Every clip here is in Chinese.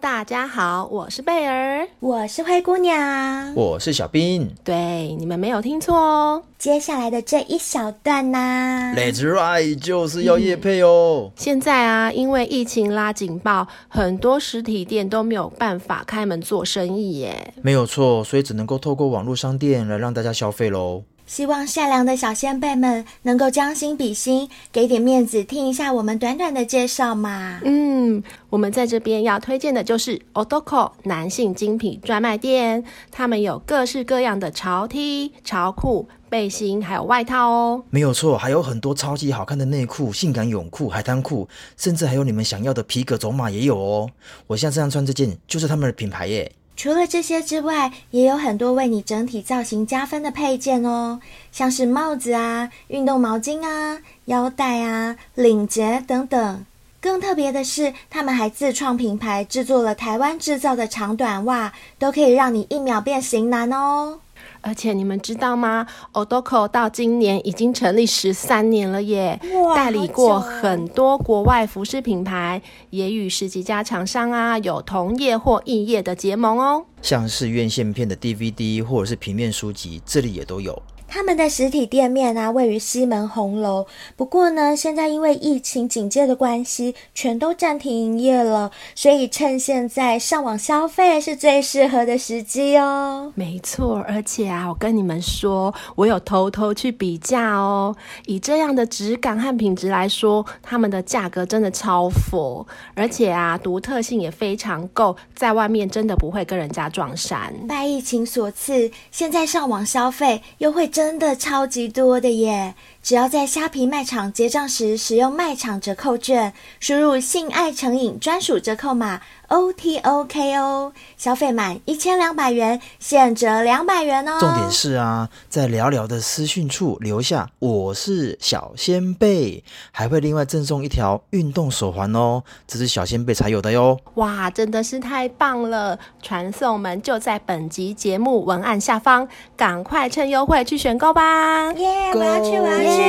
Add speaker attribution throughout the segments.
Speaker 1: 大家好，我是贝儿。
Speaker 2: 我是灰姑娘。
Speaker 3: 我是小兵
Speaker 1: 对，你们没有听错哦。
Speaker 2: 接下来的这一小段呢、
Speaker 3: ，Let's Ride 就是要夜配哦。
Speaker 1: 现在啊，因为疫情拉警报，很多实体店都没有办法开门做生意耶。
Speaker 3: 没有错，所以只能够透过网络商店来让大家消费喽。
Speaker 2: 希望善良的小先辈们能够将心比心，给点面子，听一下我们短短的介绍嘛。
Speaker 1: 嗯，我们在这边要推荐的就是 Odoko 男性精品专卖店，他们有各式各样的潮 T、潮裤、背心还有外套哦。
Speaker 3: 没有错，还有很多超级好看的内裤、性感泳裤、海滩裤，甚至还有你们想要的皮革走马也有哦。我现在这样穿这件就是他们的品牌耶。
Speaker 2: 除了这些之外，也有很多为你整体造型加分的配件哦，像是帽子啊、运动毛巾啊、腰带啊、领结等等。更特别的是，他们还自创品牌制作了台湾制造的长短袜，都可以让你一秒变型男哦。
Speaker 1: 而且你们知道吗？Odoko 到今年已经成立十三年了耶
Speaker 2: 哇，
Speaker 1: 代理过
Speaker 2: 好久啊
Speaker 1: 很多国外服饰品牌，也与十几家厂商啊有同业或异业的结盟哦。
Speaker 3: 像是院线片的 DVD 或者是平面书籍，这里也都有。
Speaker 2: 他们的实体店面啊，位于西门红楼。不过呢，现在因为疫情警戒的关系，全都暂停营业了，所以趁现在上网消费是最适合的时机哦。
Speaker 1: 没错，而且啊，我跟你们说，我有偷偷去比价哦。以这样的质感和品质来说，他们的价格真的超佛，而且啊，独特性也非常够，在外面真的不会跟人家撞衫。
Speaker 2: 拜疫情所赐，现在上网消费优惠真的超级多的耶！只要在虾皮卖场结账时使用卖场折扣券，输入“性爱成瘾”专属折扣码 O T O K O，消费满一千两百元现折两百元哦。
Speaker 3: 重点是啊，在聊聊的私讯处留下我是小仙贝，还会另外赠送一条运动手环哦，这是小仙贝才有的哟。
Speaker 1: 哇，真的是太棒了！传送门就在本集节目文案下方，赶快趁优惠去选购吧！
Speaker 2: 耶、我要去，我要去。耶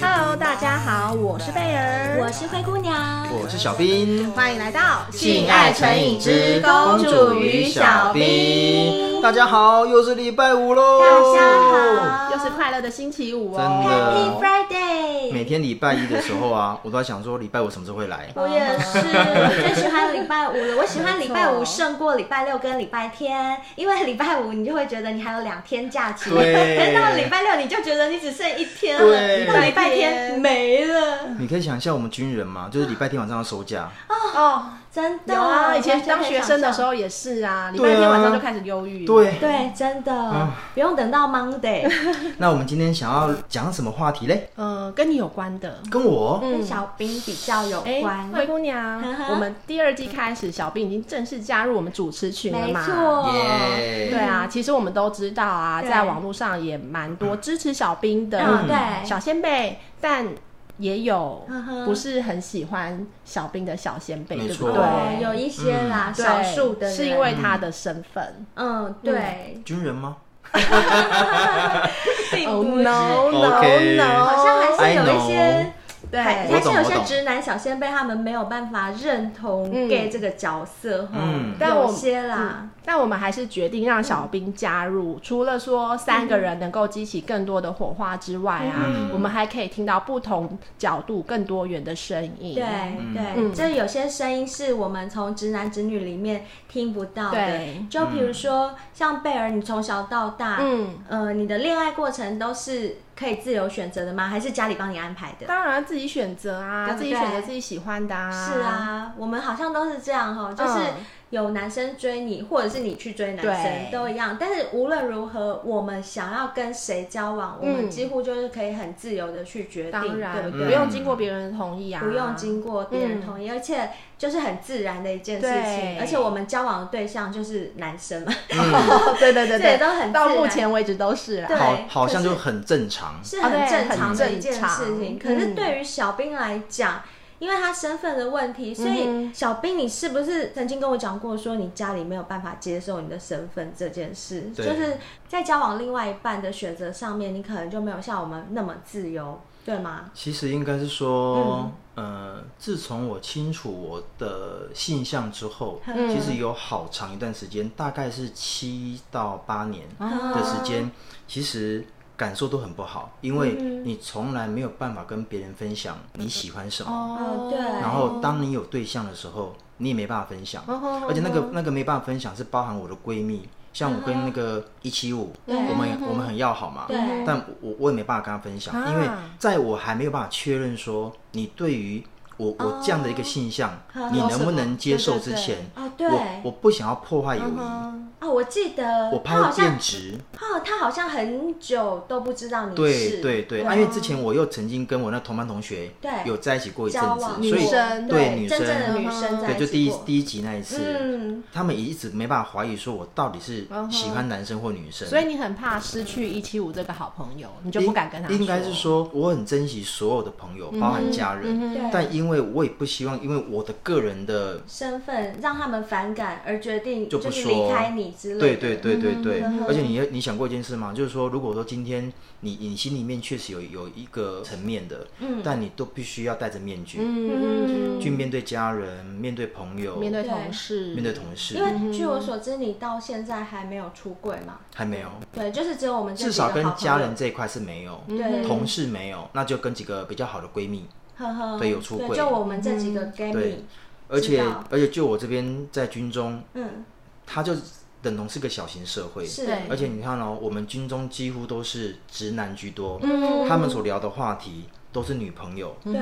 Speaker 1: ，Hello，大家好，我是贝儿，
Speaker 2: 我是灰姑娘，
Speaker 3: 我是小兵，
Speaker 1: 欢迎来到
Speaker 3: 性爱成瘾之公主与小兵。大家好，又是礼拜五喽！
Speaker 2: 大家好，
Speaker 1: 又是快乐的星期五
Speaker 3: 真
Speaker 1: 哦。
Speaker 2: Happy
Speaker 3: 的，每
Speaker 2: Friday。
Speaker 3: 天礼拜一的时候啊，我都在想说礼拜五什么时候会来。
Speaker 2: 我也是，我最喜欢礼拜五了。我喜欢礼拜五胜过礼拜六跟礼拜天，因为礼拜五你就会觉得你还有两天假期，
Speaker 3: 对
Speaker 2: 可是 到了礼拜六你就觉得你只剩一天了，
Speaker 3: 对
Speaker 2: 到礼拜天没了。
Speaker 3: 你可以想一下我们军人嘛，就是礼拜天晚上要收假，
Speaker 4: 哦，
Speaker 2: 真的，
Speaker 4: 有啊，以前
Speaker 2: 完全
Speaker 4: 当
Speaker 2: 可以
Speaker 4: 学生的
Speaker 2: 想
Speaker 4: 时
Speaker 2: 象，
Speaker 4: 候也是啊，礼
Speaker 3: 对啊
Speaker 4: 拜天晚上就开始忧郁。，
Speaker 3: 对。
Speaker 2: 对，真
Speaker 3: 啊
Speaker 2: 的不用等到 Monday，
Speaker 3: 那我们今天想要讲什么话题嘞？
Speaker 4: 嗯，跟你有关的。
Speaker 3: 跟我，
Speaker 2: 跟小兵比较有
Speaker 4: 哎，
Speaker 2: 关。
Speaker 4: 灰姑娘，我们第二季开始，小兵已经正式加入我们主持群了
Speaker 2: 没
Speaker 4: 嘛？。
Speaker 2: 错，
Speaker 3: 耶
Speaker 4: 对啊，其实我们都知道啊，
Speaker 2: 对
Speaker 4: 在网络上也蛮多支持小兵的、
Speaker 2: 嗯对
Speaker 4: 小先辈，但也有
Speaker 2: 嗯哼
Speaker 4: 不是很喜欢小兵的小先辈，
Speaker 3: 没
Speaker 4: 对
Speaker 3: 错
Speaker 4: 不
Speaker 2: 哦
Speaker 4: 对？嗯
Speaker 2: 有一些啦，
Speaker 4: 对
Speaker 2: 少数的人
Speaker 4: 是因为他的身份。
Speaker 2: 嗯，对，
Speaker 3: 军人吗？
Speaker 2: 并
Speaker 4: Oh
Speaker 2: 不是
Speaker 4: no no
Speaker 3: OK
Speaker 4: no！
Speaker 2: 好像还是有
Speaker 3: I
Speaker 2: 一
Speaker 3: know
Speaker 2: 些，
Speaker 4: 对，
Speaker 2: 还
Speaker 3: 我
Speaker 2: 还是
Speaker 3: 懂
Speaker 2: 有
Speaker 3: 我
Speaker 2: 些
Speaker 3: 懂
Speaker 2: 直男小先辈他们没有办法认同
Speaker 4: 嗯
Speaker 2: gay 这个角色哈
Speaker 3: 嗯，
Speaker 4: 但我
Speaker 2: 有些啦
Speaker 4: 嗯，但我们还是决定让小兵加入，除了说三个人能够激起更多的火花之外啊，
Speaker 3: 嗯
Speaker 4: 我们还可以听到不同角度、更多元的声音。
Speaker 2: 对对，
Speaker 4: 嗯
Speaker 2: 就是有些声音是我们从直男直女里面听不到的
Speaker 4: 对，
Speaker 2: 就比
Speaker 3: 嗯
Speaker 2: 如说像贝尔，你从小到大，
Speaker 4: 嗯，
Speaker 2: 呃，你的恋爱过程都是可以自由选择的吗？还是家里帮你安排的？
Speaker 4: 当然自己选择啊，
Speaker 2: 对不
Speaker 4: 自
Speaker 2: 对
Speaker 4: 己选择自己喜欢的啊。
Speaker 2: 是，啊，我们好像都是这样哈，就是
Speaker 4: 嗯
Speaker 2: 有男生追你，或者是你去追男生
Speaker 4: 对
Speaker 2: 都一样。但是无论如何，我们想要跟谁交往，我们
Speaker 4: 嗯
Speaker 2: 几乎就是可以很自由的去决定，
Speaker 4: 当然
Speaker 2: 对不
Speaker 4: 不
Speaker 2: 对？
Speaker 4: 用经过
Speaker 3: 嗯
Speaker 4: 别人的同意啊，嗯
Speaker 2: 不用经过别人同意，而且就是很自然的一件事情。
Speaker 4: 对
Speaker 2: 而且我们交往的对象就是男生嘛，
Speaker 4: 过，对对对
Speaker 2: 这也
Speaker 4: 对，
Speaker 2: 都很自
Speaker 4: 到
Speaker 2: 然
Speaker 4: 目前为止都是啦
Speaker 2: 对。
Speaker 3: 好，好像
Speaker 2: 可是
Speaker 3: 就很正常。
Speaker 2: 是
Speaker 4: 哦
Speaker 2: 很
Speaker 4: 对
Speaker 2: 正
Speaker 4: 很
Speaker 2: 常的
Speaker 4: 正
Speaker 2: 一件
Speaker 4: 常
Speaker 2: 事情。
Speaker 4: 嗯
Speaker 2: 可是对于小兵来讲，因为他身份的问题，所以小兵，你是不是曾经跟我讲过，说你家里没有办法接受你的身份这件事？就
Speaker 3: 对
Speaker 2: 是在交往另外一半的选择上面，你可能就没有像我们那么自由，对吗？
Speaker 3: 其实应该是
Speaker 2: 嗯
Speaker 3: 说，呃，自从我清楚我的性向之后，
Speaker 2: 嗯
Speaker 3: 其实有好长一段时间，大概是七到八年
Speaker 2: 啊
Speaker 3: 的时间，其实感受都很不好，因为
Speaker 2: 嗯
Speaker 3: 你从来没有办法跟别人分享你喜欢什么，
Speaker 2: 哦对
Speaker 3: 然后当你有对象的时候，你也没办法分享，
Speaker 2: 哦
Speaker 3: 而且那个那个没办法分享是包含我的闺蜜，像我跟那个一七五，
Speaker 2: 对
Speaker 3: 我们我们很要好嘛，
Speaker 2: 对
Speaker 3: 但我我也没办法跟她分享，
Speaker 1: 啊
Speaker 3: 因为在我还没有办法确认说你对于我我这样的一个性向，你能不能接受之前，
Speaker 2: 哦，对，
Speaker 3: 我我不想要破坏友谊，
Speaker 1: 嗯
Speaker 2: 哦，我记得
Speaker 3: 我
Speaker 2: 他
Speaker 3: 怕
Speaker 2: 好
Speaker 3: 会变
Speaker 2: 像
Speaker 3: 质，
Speaker 2: 哦，他好像很久都不知道你
Speaker 3: 对
Speaker 2: 是
Speaker 3: 对对，啊因为之前我又曾经跟我那同班同学
Speaker 2: 对
Speaker 3: 有在一起过一阵
Speaker 2: 交
Speaker 3: 子，
Speaker 2: 往
Speaker 3: 所以
Speaker 4: 女生
Speaker 3: 对女
Speaker 2: 真正的女
Speaker 3: 生。
Speaker 2: 生在
Speaker 3: 对，
Speaker 2: 一
Speaker 3: 就
Speaker 2: 起
Speaker 3: 第一
Speaker 2: 过
Speaker 3: 第一集那一次，
Speaker 2: 嗯，
Speaker 3: 他们也一直没办法怀疑说我到底是喜欢男生或女生，
Speaker 4: 所以你很怕失去一七五这个好朋友，你就不敢跟他说。
Speaker 3: 应应该是说我很珍惜所有的朋友，
Speaker 2: 嗯
Speaker 3: 包含家人，
Speaker 2: 对
Speaker 3: 但因为我也不希望因为我的个人的，
Speaker 2: 身份让他们反感而决定
Speaker 3: 就不
Speaker 2: 是
Speaker 3: 说
Speaker 2: 离开你之类的。
Speaker 3: 对对对对对，
Speaker 2: 嗯
Speaker 3: 而且你你想过一件事吗？就是说，如果说今天你你心里面确实有有一个层面的，
Speaker 2: 嗯
Speaker 3: 但你都必须要戴着面具、
Speaker 4: 嗯，
Speaker 3: 去面对家人，面对朋友，
Speaker 4: 面对
Speaker 2: 对
Speaker 4: 同事，
Speaker 3: 面对同事
Speaker 2: 因，为据我所知，你到现在还没有出柜嘛？
Speaker 3: 还没有，
Speaker 2: 对，就是只有我们这
Speaker 3: 至
Speaker 2: 几个
Speaker 3: 少跟
Speaker 2: 好朋友嗯
Speaker 3: 家人，这一块是没有，
Speaker 2: 对
Speaker 4: 嗯
Speaker 3: 同事没有，那就跟几个比较好的闺蜜。
Speaker 2: 呵呵，
Speaker 3: 对有出柜
Speaker 2: 对就我们这几
Speaker 4: 嗯
Speaker 2: 个 gay 蜜
Speaker 3: 对，而且
Speaker 2: 知道
Speaker 3: 而且就我这边在军中，
Speaker 2: 嗯，
Speaker 3: 它就等同是个小型社会。
Speaker 2: 是，
Speaker 4: 对
Speaker 3: 而且你看哦，我们军中几乎都是直男居多，
Speaker 2: 嗯
Speaker 3: 他们所聊的话题都是女朋友，
Speaker 2: 对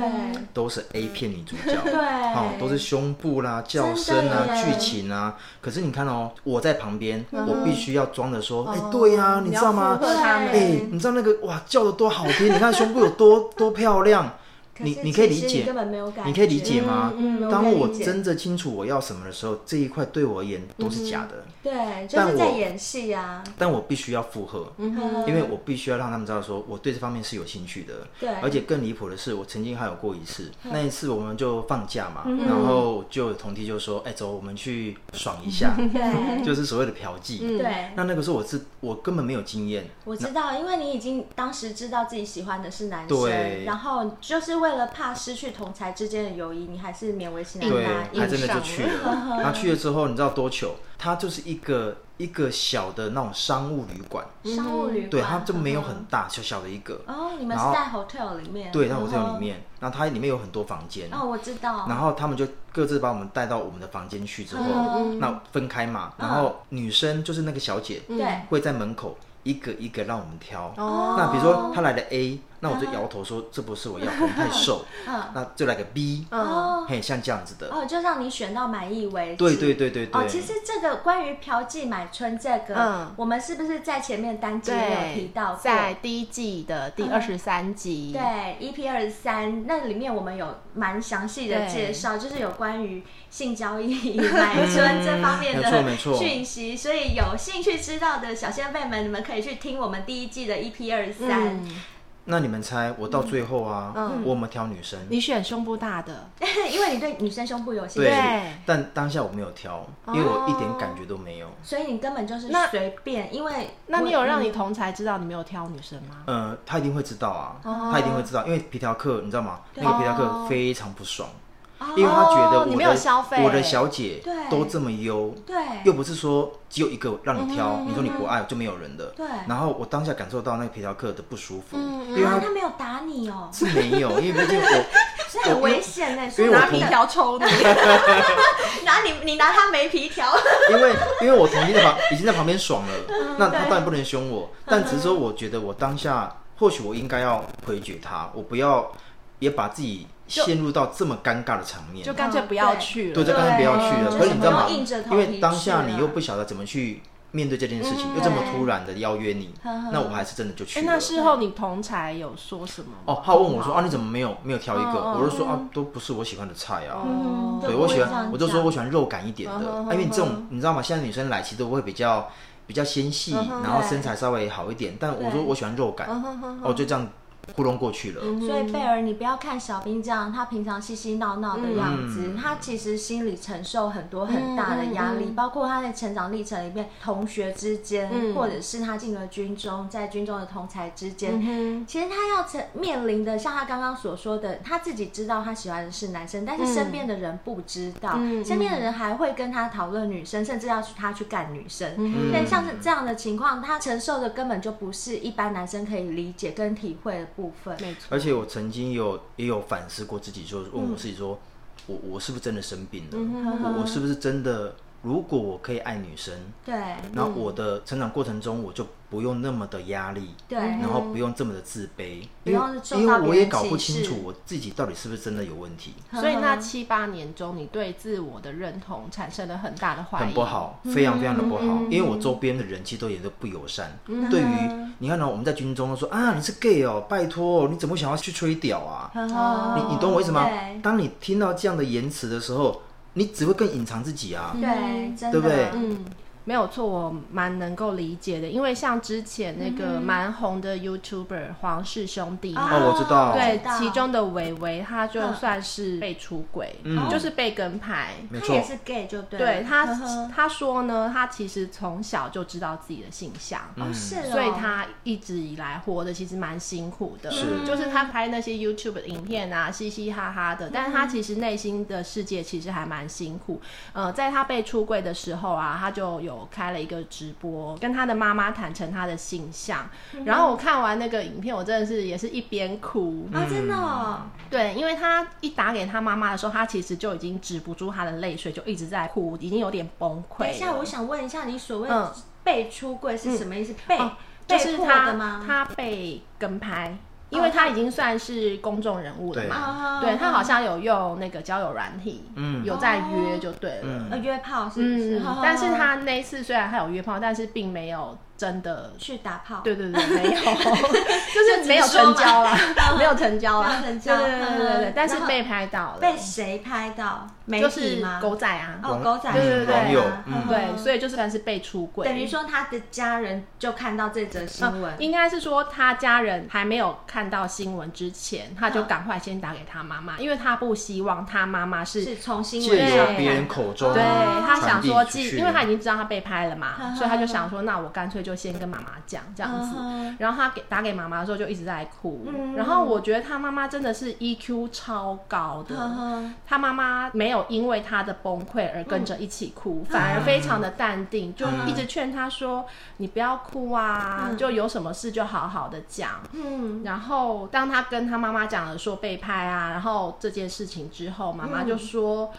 Speaker 3: 都是 A 片女主角，
Speaker 2: 对，
Speaker 3: 哦，都是胸部啦、叫声
Speaker 2: 真的
Speaker 3: 啊、
Speaker 2: 耶嗯
Speaker 3: 剧情啊。可是你看哦，我在旁边，我必须要装着
Speaker 2: 哦
Speaker 3: 说，哎，对呀、你
Speaker 4: 你
Speaker 3: 知
Speaker 4: 要
Speaker 3: 道吗
Speaker 4: 附？和他们
Speaker 3: 哎、你知道那个哇叫的多好听，你看胸部有多多漂亮，
Speaker 2: 可
Speaker 3: 你
Speaker 2: 是
Speaker 3: 你可以
Speaker 2: 其
Speaker 3: 理
Speaker 2: 实你
Speaker 3: 解
Speaker 2: 根，本没有感觉，
Speaker 3: 你可以理解吗？
Speaker 2: 嗯，嗯
Speaker 3: 当
Speaker 2: 可
Speaker 3: 我
Speaker 2: 以理解
Speaker 3: 真的清楚我要什么的时候，这一块对我而言都是假
Speaker 2: 嗯
Speaker 3: 的，
Speaker 2: 对，就
Speaker 3: 但
Speaker 2: 是
Speaker 3: 我
Speaker 2: 在演戏啊，
Speaker 3: 但我必须要附和，
Speaker 2: 呵
Speaker 3: 因为我必须要让他们知道说我对这方面是有兴趣的。
Speaker 2: 嗯对”
Speaker 3: 而且更离谱的是，我曾经还有过一次，那一次我们就放假嘛，然后就有同梯就说：“哎、走，我们去爽一下。
Speaker 2: 对
Speaker 3: 就是所谓的嫖妓。
Speaker 2: 对，
Speaker 3: 那那个时候我是我根本没有经验，
Speaker 2: 我知道，因为你已经当时知道自己喜欢的是男生，
Speaker 3: 对
Speaker 2: 然后就是为了怕失去同才之间的友谊，你还是勉为其难
Speaker 3: 对
Speaker 2: 答，
Speaker 3: 还
Speaker 2: 应。
Speaker 3: 真的就去了。然后去了 之后，你知道多糗？它就是一个一个小的那种商务旅馆，
Speaker 2: 商务旅馆，
Speaker 3: 对，它就没有很大，小小的一个。
Speaker 2: 嗯哦，你们是
Speaker 3: 然后
Speaker 2: 在 hotel 里面？
Speaker 3: 对，在我这种里面，然后它里面有很多房间，
Speaker 2: 哦，我知道。
Speaker 3: 然后他们就各自把我们带到我们的房间去之后，
Speaker 2: 嗯
Speaker 3: 那分开嘛，然后女生就是那个小姐
Speaker 2: 对，
Speaker 3: 会在门口一个一个让我们挑。
Speaker 4: 哦
Speaker 3: 那比如说她来了 A，那
Speaker 2: 嗯
Speaker 3: 我就摇头说这不是我要的，我太瘦。那就来个 B，
Speaker 2: 哦
Speaker 3: 嘿，像这样子的。
Speaker 2: 哦，就让你选到满意为止。
Speaker 3: 对对。对对对。
Speaker 2: 哦，其实这个关于嫖妓买春这个，
Speaker 4: 嗯
Speaker 2: 我们是不是在前面单集也有提
Speaker 4: 对
Speaker 2: 到，过？
Speaker 4: 在第一季的第二十三集，
Speaker 2: 对，EP 二十三那里面我们有蛮详细的
Speaker 4: 对
Speaker 2: 介绍，就是有关于性交易、买春这方面
Speaker 3: 没错
Speaker 2: 的
Speaker 3: 没错
Speaker 2: 讯息，所以有兴趣知道的小先辈们，你们可以去听我们第一季的 EP 二十三。
Speaker 4: 嗯
Speaker 3: 那你们猜我到最后啊，
Speaker 2: 嗯
Speaker 3: 我有没有挑女生？
Speaker 4: 你选胸部大的，
Speaker 2: 因为你对女生胸部有兴
Speaker 3: 对
Speaker 2: 趣，
Speaker 4: 对，
Speaker 3: 但当下我没有挑，因为我一点感觉都没有。
Speaker 2: 所以你根本就是
Speaker 4: 那
Speaker 2: 随便，因为
Speaker 4: 那你
Speaker 2: 我
Speaker 4: 有让你同才知道你没有挑女生吗？
Speaker 3: 呃，他一定会知道啊，
Speaker 2: 哦
Speaker 3: 他一定会知道，因为皮条客你知道吗？那个皮条客非常不爽，
Speaker 4: 哦
Speaker 3: 因为他觉得
Speaker 4: 你
Speaker 3: 我
Speaker 4: 没有
Speaker 3: 的
Speaker 4: 消费
Speaker 3: 我的小姐
Speaker 2: 对
Speaker 3: 都这么优，
Speaker 2: 对
Speaker 3: 又不是说只有一个让你
Speaker 4: 嗯
Speaker 3: 挑，你说你不爱就没有人的。
Speaker 2: 对
Speaker 3: 然后我当下感受到那个皮条客的不舒服，
Speaker 4: 嗯
Speaker 3: 因为
Speaker 2: 啊，
Speaker 3: 他
Speaker 2: 他没有打你哦，
Speaker 3: 是没有，因为毕竟我
Speaker 2: 这很危险欸呢。
Speaker 3: 因为我
Speaker 2: 拿
Speaker 3: 同
Speaker 2: 皮条抽你，拿你你拿他没皮
Speaker 4: 哦
Speaker 2: 条，
Speaker 3: 因为因为我曾经在旁已经在旁边爽了，
Speaker 4: 嗯
Speaker 3: 那他当然不能凶我，但只是说我觉得我当下或许我应该要回绝他，我不要也把自己陷入到这么尴尬的场面
Speaker 4: 就。干脆不要去了。
Speaker 3: 对，就干脆不要去了。
Speaker 2: 对
Speaker 3: 可是你知道吗
Speaker 2: 就是不要硬着？头皮
Speaker 3: 因为当下
Speaker 2: 去啊嗯
Speaker 3: 你又不晓得怎么去面对这件事情，又这么突然的邀约你，那我还是真的就去
Speaker 4: 哎，
Speaker 3: 了。
Speaker 4: 那事后你同才有说什么吗？
Speaker 3: 哦，他问我说啊，你怎么没有没有挑一个？
Speaker 4: 嗯嗯
Speaker 3: 我就说啊，都不是我喜欢的菜啊。
Speaker 4: 嗯
Speaker 3: 对，
Speaker 2: 就
Speaker 3: 我
Speaker 2: 不会
Speaker 3: 喜
Speaker 2: 这样
Speaker 3: 欢，我就说
Speaker 2: 讲
Speaker 3: 我喜欢肉感一点的，
Speaker 4: 嗯哼
Speaker 3: 啊因为这种你知道吗？现在女生来其实都会比较
Speaker 2: 嗯
Speaker 3: 比较纤细，然后身材稍微好一点，但我说我喜欢肉感，哦，就这样糊弄过去了。
Speaker 2: 所以贝尔，你不要看小兵这样，他平常嬉嬉闹闹的样子，他其实心里承受很多很大的压力，包括他在成长历程里面，同学之间，或者是他进了军中，在军中的同才之间，其实他要承面临的，像他刚刚所说的，他自己知道他喜欢的是男生，但是身边的人不知道，身边的人还会跟他讨论女生，甚至要去他去干女生。对，像是这样的情况，他承受的根本就不是一般男生可以理解跟体会的部分。
Speaker 4: 没错，
Speaker 3: 而且我曾经有也有反思过自己，就是
Speaker 2: 嗯
Speaker 3: 问我自己说，我我是不是真的生病了？
Speaker 4: 嗯
Speaker 3: 我我是不
Speaker 2: 嗯
Speaker 3: 是真的？如果我可以爱女生，
Speaker 2: 对
Speaker 3: 然后我
Speaker 2: 嗯
Speaker 3: 的成长过程中，我就不用那么的压力，
Speaker 2: 对
Speaker 4: 嗯
Speaker 3: 然后不用这么的自卑，
Speaker 2: 嗯不
Speaker 3: 因
Speaker 2: 用
Speaker 3: 为
Speaker 2: 受到
Speaker 3: 因为我
Speaker 2: 别
Speaker 3: 也
Speaker 2: 人
Speaker 3: 搞不
Speaker 2: 歧
Speaker 3: 清
Speaker 2: 视
Speaker 3: 楚我自己到底是不是真的有问题，
Speaker 4: 所以那七八年中，你对自我的认同产生了很大的怀疑，
Speaker 3: 很不。好，非常非常的
Speaker 2: 嗯
Speaker 3: 不好，因为我周边的人其实都也都不友善。对于你看呢、我们在军中都说啊，你是 gay 哦，拜托、你怎么想要去吹屌啊？
Speaker 2: 哦
Speaker 3: 你你懂我意思吗
Speaker 2: 对？
Speaker 3: 当你听到这样的言辞的时候，你只会更隐藏自己
Speaker 2: 嗯
Speaker 3: 啊。
Speaker 2: 对，真的，
Speaker 3: 对不对
Speaker 4: 嗯，没有错，我蛮能够理解的，因为像之前那个蛮红的 YouTuber 黄氏兄弟嘛。
Speaker 2: 啊
Speaker 3: 哦我知道
Speaker 4: 对
Speaker 2: 知，道
Speaker 4: 其中的维维，他就
Speaker 2: 嗯
Speaker 4: 算是被出轨，
Speaker 3: 嗯
Speaker 4: 就是被跟拍。
Speaker 3: 没
Speaker 2: 他
Speaker 3: 错
Speaker 2: 也，是 gay 就对了，
Speaker 4: 对
Speaker 2: 呵
Speaker 4: 他
Speaker 2: 呵，
Speaker 4: 他说呢，他其实从小就知道自己的性向，
Speaker 2: 哦是哦，
Speaker 4: 嗯所以他一直以来活的其实蛮辛苦
Speaker 2: 嗯
Speaker 4: 的，
Speaker 3: 是
Speaker 4: 就是他拍那些 YouTube 的影片啊，嘻嘻哈哈的，但是
Speaker 2: 嗯
Speaker 4: 他其实内心的世界其实还蛮辛苦。呃，在他被出柜的时候啊，他就有开了一个直播，跟他的妈妈坦诚他的性向。
Speaker 2: 嗯
Speaker 4: 然后我看完那个影片，我真的是也是一边哭，
Speaker 2: 啊真的哦，
Speaker 4: 对，因为他一打给他妈妈的时候，他其实就已经止不住他的泪水，就一直在哭，已经有点崩溃了。
Speaker 2: 等一下，我想问一下，你所谓
Speaker 4: 嗯
Speaker 2: 被出柜是什么意思？被
Speaker 4: 哦就
Speaker 2: 被
Speaker 4: 是
Speaker 2: 迫
Speaker 4: 他
Speaker 2: 的吗？哦
Speaker 4: 他被跟拍，因为他已经算是公众人物了
Speaker 3: 对
Speaker 4: 嘛。
Speaker 2: 啊
Speaker 4: 对他好像有用那个交友软体，
Speaker 3: 嗯
Speaker 4: 有在约就对了。
Speaker 3: 嗯
Speaker 2: 呃约炮是不是哦
Speaker 4: 嗯？
Speaker 2: 呵呵，
Speaker 4: 但是他那一次虽然他有约炮，但是并没有真的，
Speaker 2: 去打炮，
Speaker 4: 对对对，没有， 就是没有
Speaker 2: 就只是说
Speaker 4: 成
Speaker 2: 嘛嗯
Speaker 4: 交啦，没有成交
Speaker 2: 没
Speaker 4: 啦，
Speaker 2: 有成交
Speaker 4: 对对对对
Speaker 2: 嗯
Speaker 4: 对，但是
Speaker 2: 然后
Speaker 4: 被拍到了，
Speaker 2: 被谁拍到？媒
Speaker 4: 就是
Speaker 2: 体吗？
Speaker 4: 狗仔啊，
Speaker 2: 哦，狗仔
Speaker 4: 对对对
Speaker 2: 拍
Speaker 4: 网友
Speaker 2: 啊
Speaker 3: 嗯
Speaker 2: 呵呵
Speaker 4: 对，所以就算是被出轨，
Speaker 2: 等于说嗯他的家人就看到这则新闻
Speaker 4: 呃，应该是说他家人还没有看到新闻之前，他
Speaker 2: 嗯
Speaker 4: 就赶快先打给他妈妈，因为他不希望他妈妈是。
Speaker 2: 是从新闻
Speaker 3: 借
Speaker 2: 上
Speaker 3: 由
Speaker 2: 看
Speaker 3: 别人
Speaker 2: 到
Speaker 3: 口中
Speaker 4: 对
Speaker 2: 哦
Speaker 4: 他
Speaker 3: 传
Speaker 4: 想说，
Speaker 3: 递出
Speaker 4: 既
Speaker 3: 去
Speaker 4: 因为他已经知道他被拍了嘛，
Speaker 2: 嗯
Speaker 4: 所以他就想说，那我干脆就先跟妈妈讲这样子
Speaker 2: 嗯嗯。
Speaker 4: 然后他给打给妈妈的时候就一直在哭
Speaker 2: 嗯，
Speaker 4: 然后我觉得他妈妈真的是 EQ 超高的，
Speaker 2: 呵呵
Speaker 4: 他妈妈没有因为他的崩溃而跟着一起哭，
Speaker 2: 嗯
Speaker 4: 反而非常的淡定，就一直劝他说：“你不要哭啊，
Speaker 2: 嗯
Speaker 4: 就有什么事就好好的讲。
Speaker 2: 嗯，
Speaker 4: 然后当他跟他妈妈讲了说被拍啊，然后这件事情之后，妈妈就说。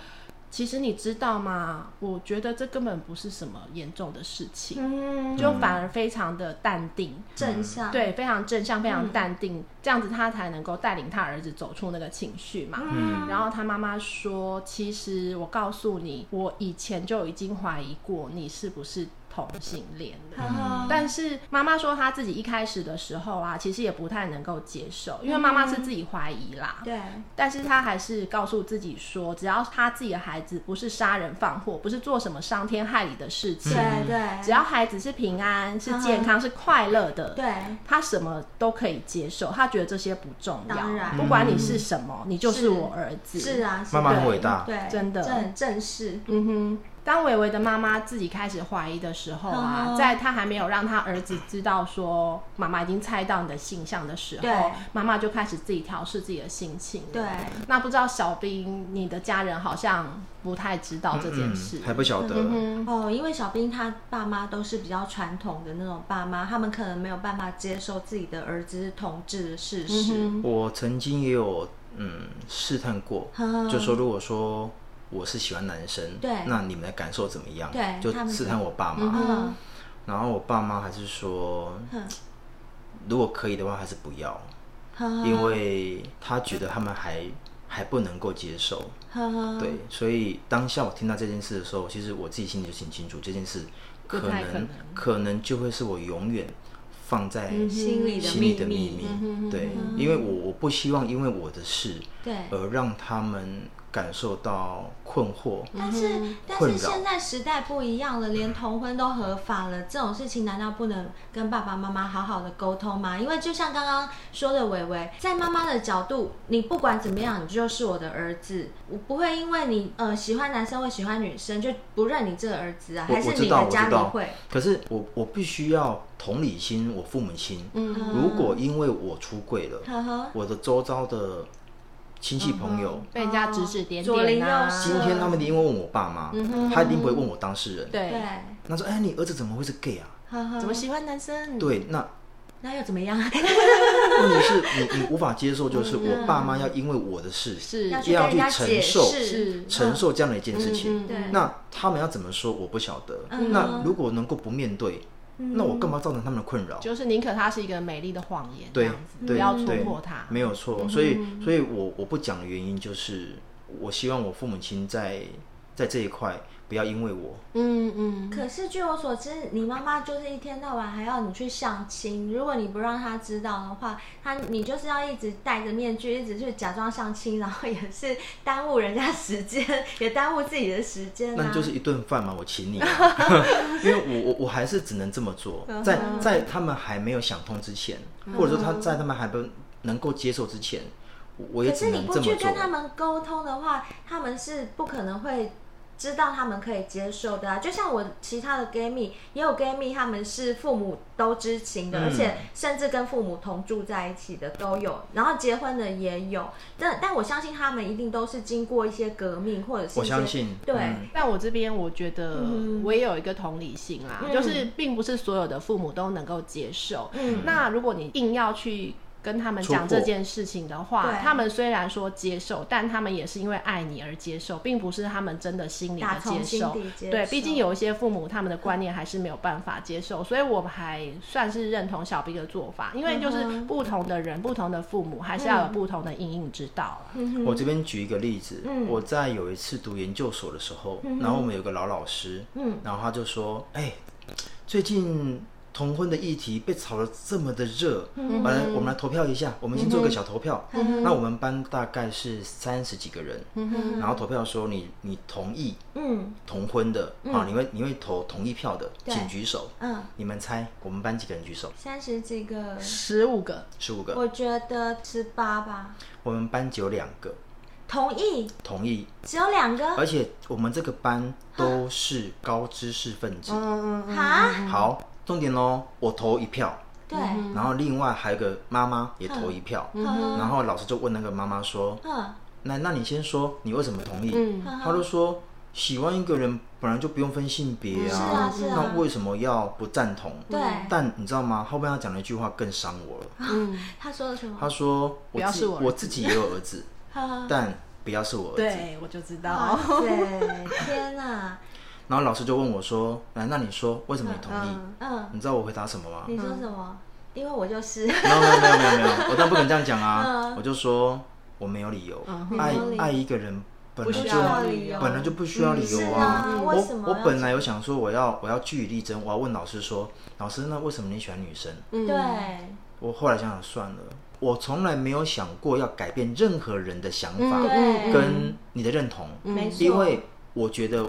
Speaker 4: 其实你知道吗？我觉得这根本不是什么严重的事情，
Speaker 2: 嗯，
Speaker 4: 就反而非常的淡定，
Speaker 2: 正向，
Speaker 4: 对，非常正向，非
Speaker 2: 嗯
Speaker 4: 常淡定，这样子他才能够带领他儿子走出那个情绪嘛。
Speaker 3: 嗯，
Speaker 4: 然后他妈妈说：“其实我告诉你，我以前就已经怀疑过你是不是同性恋
Speaker 2: 呵
Speaker 4: 了。
Speaker 2: 呵，
Speaker 4: 嗯但是妈妈说她自己一开始的时候啊，其实也不太能够接受，因为妈妈是自己怀疑啦。
Speaker 2: 对，
Speaker 4: 但是她还是告诉自己说，只要她自己的孩子不是杀人放火，不是做什么伤天害理的事情，
Speaker 2: 对对，
Speaker 4: 只要孩子是平安、是健康、是快乐的，
Speaker 2: 对，
Speaker 4: 他什么都可以接受，他觉得这些不重要
Speaker 2: 当然，
Speaker 4: 不管你是什么，你就是
Speaker 2: 是
Speaker 4: 我儿子。
Speaker 2: 是啊，是
Speaker 3: 妈妈很
Speaker 4: 对
Speaker 3: 伟大，
Speaker 2: 对，
Speaker 4: 真的
Speaker 2: 这很正式，
Speaker 4: 嗯哼。当伟伟的妈妈自己开始怀疑的时候啊，
Speaker 2: 嗯
Speaker 4: 在他还没有让他儿子知道说妈妈已经猜到你的性向的时候
Speaker 2: 对，
Speaker 4: 妈妈就开始自己调试自己的心情。
Speaker 2: 对，
Speaker 4: 那不知道小兵，你的家人好像不太知道这件
Speaker 3: 嗯
Speaker 4: 事，
Speaker 3: 还不晓得，
Speaker 4: 嗯
Speaker 2: 哦，因为小兵他爸妈都是比较传统的那种爸妈，他们可能没有办法接受自己的儿子是同志的事实。
Speaker 4: 嗯哼，
Speaker 3: 我曾经也有嗯试探过，
Speaker 2: 嗯
Speaker 3: 就说如果说我是喜欢男生，
Speaker 2: 对
Speaker 3: 那你们的感受怎么样？
Speaker 2: 对
Speaker 3: 就
Speaker 2: 他们
Speaker 3: 试探我爸妈，
Speaker 2: 嗯
Speaker 3: 然后我爸妈还是说，
Speaker 2: 哼
Speaker 3: 如果可以的话还是不要，
Speaker 4: 嗯
Speaker 2: 呵
Speaker 3: 因为他觉得他们还还不能够接受，
Speaker 2: 呵呵，
Speaker 3: 对，所以当下我听到这件事的时候，其实我自己心里就很清楚，这件事
Speaker 4: 不
Speaker 3: 可
Speaker 4: 太可
Speaker 3: 能可能就会是我永远放在
Speaker 2: 心里的
Speaker 3: 心里
Speaker 2: 秘
Speaker 3: 的秘
Speaker 2: 密，
Speaker 3: 密，对，因为我我不希望因为我的事
Speaker 2: 对，
Speaker 3: 而让他们感受到困惑。
Speaker 2: 但
Speaker 4: 嗯
Speaker 2: 是但
Speaker 3: 困
Speaker 2: 是
Speaker 3: 扰
Speaker 2: 现在时代不一样了，连同婚都合法了，这种事情难道不能跟爸爸妈妈好好的沟通吗？因为就像刚刚说的，伟伟在妈妈的角度，你不管怎么样，你就是我的儿子，我不会因为你呃喜欢男生或喜欢女生就不认你这个儿子啊，
Speaker 3: 我
Speaker 2: 还是
Speaker 3: 我知
Speaker 2: 你
Speaker 3: 道
Speaker 2: 的
Speaker 3: 我
Speaker 2: 家
Speaker 3: 知
Speaker 2: 里
Speaker 3: 道
Speaker 2: 会，
Speaker 3: 可是我我必须要同理心我父母亲。
Speaker 5: 嗯，
Speaker 3: 如果因为我出柜了，
Speaker 2: 呵呵，
Speaker 3: 我的周遭的亲戚朋友，
Speaker 4: 被人家指指点
Speaker 2: 左邻
Speaker 4: 点啊
Speaker 2: 右，舍
Speaker 3: 今天他们一定会问我爸妈，他一定不会问我当事人。
Speaker 2: 对
Speaker 4: 对，，
Speaker 3: 那说，哎，你儿子怎么会是 gay 啊？
Speaker 2: 呵呵，
Speaker 4: 怎 么喜欢男生？
Speaker 3: 对，那
Speaker 2: 那又怎么样？
Speaker 3: 问题是你你无法接受，就是我爸妈要因为我的事
Speaker 4: 嗯是
Speaker 2: 要去
Speaker 3: 要
Speaker 2: 跟人
Speaker 3: 去
Speaker 2: 家
Speaker 3: 承
Speaker 2: 解
Speaker 3: 受
Speaker 2: 释，
Speaker 4: 是，
Speaker 3: 承受这样的一
Speaker 4: 嗯
Speaker 3: 件事情。
Speaker 2: 对，
Speaker 3: 那他们要怎么说，我不晓得。
Speaker 2: 嗯
Speaker 3: 那如果能够不面对，那我干嘛造成他们的困扰？
Speaker 4: 就是宁可它是一个美丽的谎言，
Speaker 3: 对
Speaker 4: 这样
Speaker 3: 对
Speaker 4: 子不要戳
Speaker 3: 对
Speaker 4: 破它。嗯
Speaker 3: 没有错，所以所以我我不讲的原因就是，我希望我父母亲在在这一块不要因为我，
Speaker 4: 嗯嗯，
Speaker 2: 可是据我所知，你妈妈就是一天到晚还要你去相亲，如果你不让她知道的话，她你就是要一直戴着面具，一直去假装相亲，然后也是耽误人家时间，也耽误自己的时间、啊。
Speaker 3: 那就是一顿饭嘛，我请你啊、 因为我我我还是只能这么做，
Speaker 2: 嗯
Speaker 3: 在在他们还没有想通之前，或者说他在他们还不能够接受之前，我我也
Speaker 2: 可
Speaker 3: 只
Speaker 2: 是你
Speaker 3: 能
Speaker 2: 不
Speaker 3: 这么
Speaker 2: 去
Speaker 3: 做
Speaker 2: 跟。他们沟通的话，他们是不可能会知道他们可以接受的啊。就像我其他的 gay 蜜，也有 gay 蜜，他们是父母都知情的，
Speaker 3: 嗯
Speaker 2: 而且甚至跟父母同住在一起的都有，然后结婚的也有。但但我相信他们一定都是经过一些革命，或者是一些
Speaker 3: 我相信，
Speaker 2: 对
Speaker 3: 嗯
Speaker 4: 但我这边我觉得
Speaker 2: 嗯
Speaker 4: 我也有一个同理心啦，
Speaker 2: 嗯
Speaker 4: 就是并不是所有的父母都能够接受。
Speaker 2: 嗯
Speaker 4: 那如果你硬要去跟他们
Speaker 3: 戳
Speaker 4: 讲
Speaker 3: 破
Speaker 4: 这件事情的话
Speaker 2: 对，
Speaker 4: 他们虽然说接受，但他们也是因为爱你而接受，并不是他们真的心里
Speaker 2: 打
Speaker 4: 的
Speaker 2: 从
Speaker 4: 接
Speaker 2: 心
Speaker 4: 受
Speaker 2: 底。接受
Speaker 4: 对，毕竟有一些父母他们的观念还是没有办法接受，所以我还算是认同小 B 的做法，因为就是
Speaker 2: 嗯哼
Speaker 4: 不同的人、不同的父母，还是要有不同的应应之道啦。
Speaker 3: 我这边举一个例子，
Speaker 2: 嗯
Speaker 3: 我在有一次读研究所的时候，
Speaker 2: 嗯哼
Speaker 3: 然后我们有个老老师，
Speaker 2: 嗯
Speaker 3: 然后他就说，哎、最近同婚的议题被炒得这么的热，
Speaker 2: 嗯
Speaker 3: 完了我们来投票一下，我们先做个小投票。
Speaker 2: 嗯哼
Speaker 3: 那我们班大概是三十几个人，然后投票说你你同意
Speaker 2: 嗯
Speaker 3: 同婚的、啊，你会你会投同意票的，
Speaker 2: 对
Speaker 3: 请举手。
Speaker 2: 嗯，
Speaker 3: 你们猜我们班几个人举手？
Speaker 2: 三十几个，
Speaker 4: 十五个，
Speaker 3: 十五个，
Speaker 2: 我觉得十八吧，
Speaker 3: 我们班只有两个
Speaker 2: 同意
Speaker 3: 同意
Speaker 2: 只有两个
Speaker 3: 而且我们这个班都
Speaker 2: 啊
Speaker 3: 是高知识分子。
Speaker 2: 嗯哈，
Speaker 3: 好，重点喽，我投一票，
Speaker 2: 对，
Speaker 3: 然后另外还有个妈妈也投一票，
Speaker 2: 嗯
Speaker 3: 然后老师就问那个妈妈说
Speaker 2: 嗯：“
Speaker 3: 那那你先说，你为什么同意？”
Speaker 4: 嗯
Speaker 2: 嗯
Speaker 3: 她就说：“喜欢一个人本来就不用分性别
Speaker 2: 是啊是啊嗯
Speaker 3: 那为什么要不赞同？”
Speaker 2: 对，
Speaker 3: 但你知道吗？后面他讲了一句话更伤我了，
Speaker 4: 嗯，
Speaker 2: 他说了什么？
Speaker 3: 他说：“
Speaker 4: 不要
Speaker 3: 自
Speaker 4: 是我儿子嗯
Speaker 3: 我自己也有儿子，
Speaker 2: 呵呵
Speaker 3: 但不要是我儿子。”
Speaker 4: 对我就知道
Speaker 2: 哇。塞，天哪！
Speaker 3: 然后老师就问我说：“来，那你说为什么你同意？”
Speaker 2: 嗯，
Speaker 3: 你知道我回答什么吗？
Speaker 2: 你说什么？因为我就是，
Speaker 3: 没有没有没有没有没有，我当然不能这样讲啊！我就说我没有理由
Speaker 4: 嗯，
Speaker 3: 爱
Speaker 2: 没有理由
Speaker 3: 爱一个人本来
Speaker 4: 不需
Speaker 3: 就
Speaker 4: 要理由
Speaker 3: 本来就不需要理由
Speaker 2: 嗯是啊为什
Speaker 3: 我
Speaker 2: 么
Speaker 3: 我
Speaker 2: 要
Speaker 3: 本来有想说我要我要据理力争，我要问老师说，老师那为什么你喜欢女生？
Speaker 4: 嗯
Speaker 2: 对，
Speaker 3: 我后来想想算了，我从来没有想过要改变任何人的想法
Speaker 4: 嗯
Speaker 2: 对
Speaker 3: 嗯
Speaker 2: 嗯
Speaker 3: 跟你的认同，
Speaker 2: 没错，
Speaker 3: 因为我觉得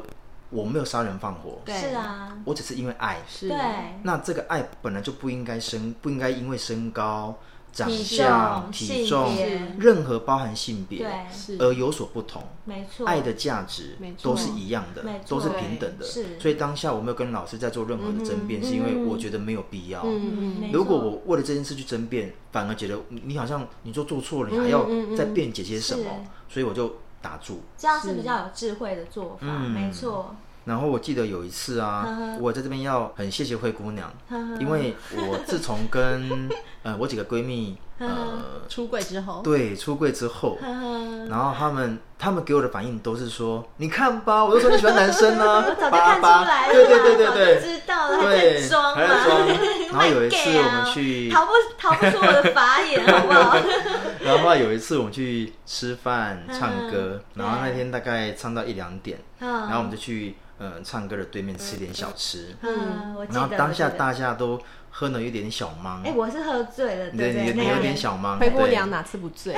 Speaker 3: 我没有杀人放火，
Speaker 4: 对
Speaker 2: 是啊，
Speaker 3: 我只是因为爱。
Speaker 4: 是
Speaker 2: 对，
Speaker 3: 那这个爱本来就不应该身，不应该因为身高、长
Speaker 2: 体
Speaker 3: 相、
Speaker 2: 重、
Speaker 3: 体
Speaker 2: 性
Speaker 3: 重、
Speaker 2: 别，
Speaker 3: 任何包含性别
Speaker 2: 对，
Speaker 4: 是
Speaker 3: 而有所不同。
Speaker 2: 没错，
Speaker 3: 爱的价值
Speaker 4: 没错
Speaker 3: 都是一样的
Speaker 2: 没，错
Speaker 3: 都是平等的。
Speaker 2: 是
Speaker 3: 所以当下我没有跟老师在做任何的争辩，是因为我觉得没有必要。
Speaker 2: 嗯，没错
Speaker 3: 如果我为了这件事去争辩，反而觉得你你好像你就做错了，你
Speaker 2: 嗯
Speaker 3: 还要再辩解些什么，所以我就打住。
Speaker 2: 这样是比较有智慧的做法，
Speaker 3: 嗯
Speaker 2: 没错，嗯
Speaker 3: 然后我记得有一次啊
Speaker 2: 呵，
Speaker 3: 我在这边要很谢谢灰姑娘，
Speaker 2: 呵呵
Speaker 3: 因为我自从跟 呃我几个闺蜜呃
Speaker 4: 出柜之后，
Speaker 3: 对出柜之后，
Speaker 2: 呵呵
Speaker 3: 然后她们她们给我的反应都是说，你看吧，我就说你喜欢男生 啊，
Speaker 2: 我早就
Speaker 3: 爸
Speaker 2: 看出
Speaker 3: 爸
Speaker 2: 来了，
Speaker 3: 对对对对
Speaker 2: 早就
Speaker 3: 对。
Speaker 2: 知道了，还
Speaker 3: 对，
Speaker 2: 在装
Speaker 3: 还在 装
Speaker 2: 嘛，。
Speaker 3: 然后有一次
Speaker 2: 卖 gay
Speaker 3: 我
Speaker 2: 啊
Speaker 3: 们去，
Speaker 2: 逃不逃不出我的法眼，好不好？
Speaker 3: 然后后来有一次我们去吃饭、唱歌，
Speaker 2: 嗯
Speaker 3: 然后那天大概唱到一两点，
Speaker 2: 嗯
Speaker 3: 呃然后我们就去嗯唱歌的对面吃点小吃。
Speaker 2: 嗯，我记得，
Speaker 3: 然后当下
Speaker 2: 我记得
Speaker 3: 大家都喝呢有点小忙，
Speaker 2: 哎，我是喝醉了，对不
Speaker 3: 你
Speaker 2: 对？
Speaker 3: 的你的
Speaker 2: 那
Speaker 3: 你
Speaker 2: 一
Speaker 3: 有
Speaker 2: 年
Speaker 3: 点小忙，
Speaker 4: 灰姑
Speaker 3: 对
Speaker 4: 娘哪次不醉？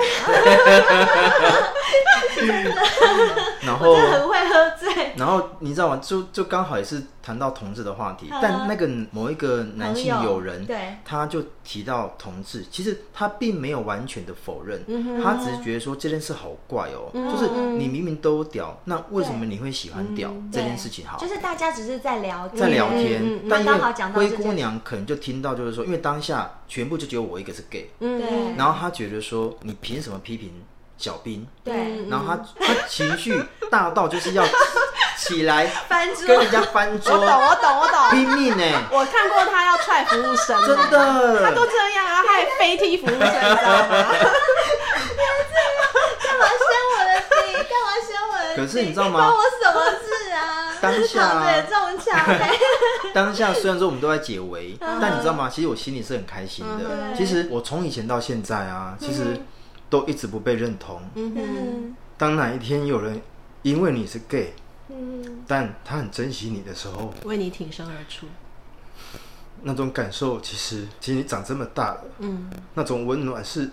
Speaker 3: 然后
Speaker 2: 我真的很会喝醉。
Speaker 3: 然后你知道吗？就就刚好也是谈到同志的话题，
Speaker 2: 嗯
Speaker 3: 但那个某一个男性
Speaker 2: 朋友
Speaker 3: 友人，
Speaker 2: 对
Speaker 3: 他就提到同志，其实他并没有完全的否认，
Speaker 2: 嗯
Speaker 3: 他只是觉得说这件事好怪哦，就是你明明都屌，那为什么你会喜欢屌 这件事情？好，
Speaker 2: 就是大家只是在聊天，
Speaker 3: 在聊
Speaker 2: 嗯嗯
Speaker 3: 天
Speaker 2: 嗯，
Speaker 3: 但因
Speaker 2: 那刚好讲
Speaker 3: 为
Speaker 2: 到这
Speaker 3: 灰
Speaker 2: 件
Speaker 3: 姑娘可能就听到，就是说，因为当下全部就只有我一个是 gay，
Speaker 4: 嗯
Speaker 2: 对，
Speaker 3: 然后他觉得说，你凭什么批评小兵？
Speaker 4: 嗯
Speaker 2: 对
Speaker 3: 然后他他情绪大到就是 要起来
Speaker 2: 翻桌
Speaker 3: 跟人家翻
Speaker 4: 我懂，
Speaker 3: 桌，
Speaker 4: 我懂，我懂。
Speaker 3: 拼命呢，
Speaker 4: 我看过他要踹服务生，
Speaker 3: 真
Speaker 4: 他都
Speaker 3: 的。
Speaker 4: 这样啊，他还飞踢服务生，你知道吗？
Speaker 2: 干嘛生我的气？干嘛生我的气？
Speaker 3: 可是你知道吗
Speaker 2: 关我什么事 啊？
Speaker 3: 当
Speaker 2: 是
Speaker 3: 下
Speaker 2: 躺着也中枪 嘞。
Speaker 3: 当下虽然说我们都在解围，
Speaker 4: 嗯
Speaker 3: 但你知道吗？其实我心里是很开心的。
Speaker 2: 对
Speaker 3: 其实我从以前到现在啊，
Speaker 4: 嗯
Speaker 3: 其实都一直不被认同。
Speaker 2: 嗯
Speaker 3: 当哪一天有人因为你是 gay，
Speaker 2: 嗯，
Speaker 3: 但他很珍惜你的时候，
Speaker 4: 为你挺身而出，
Speaker 3: 那种感受，其实其实你长这么大了，嗯，那种温暖是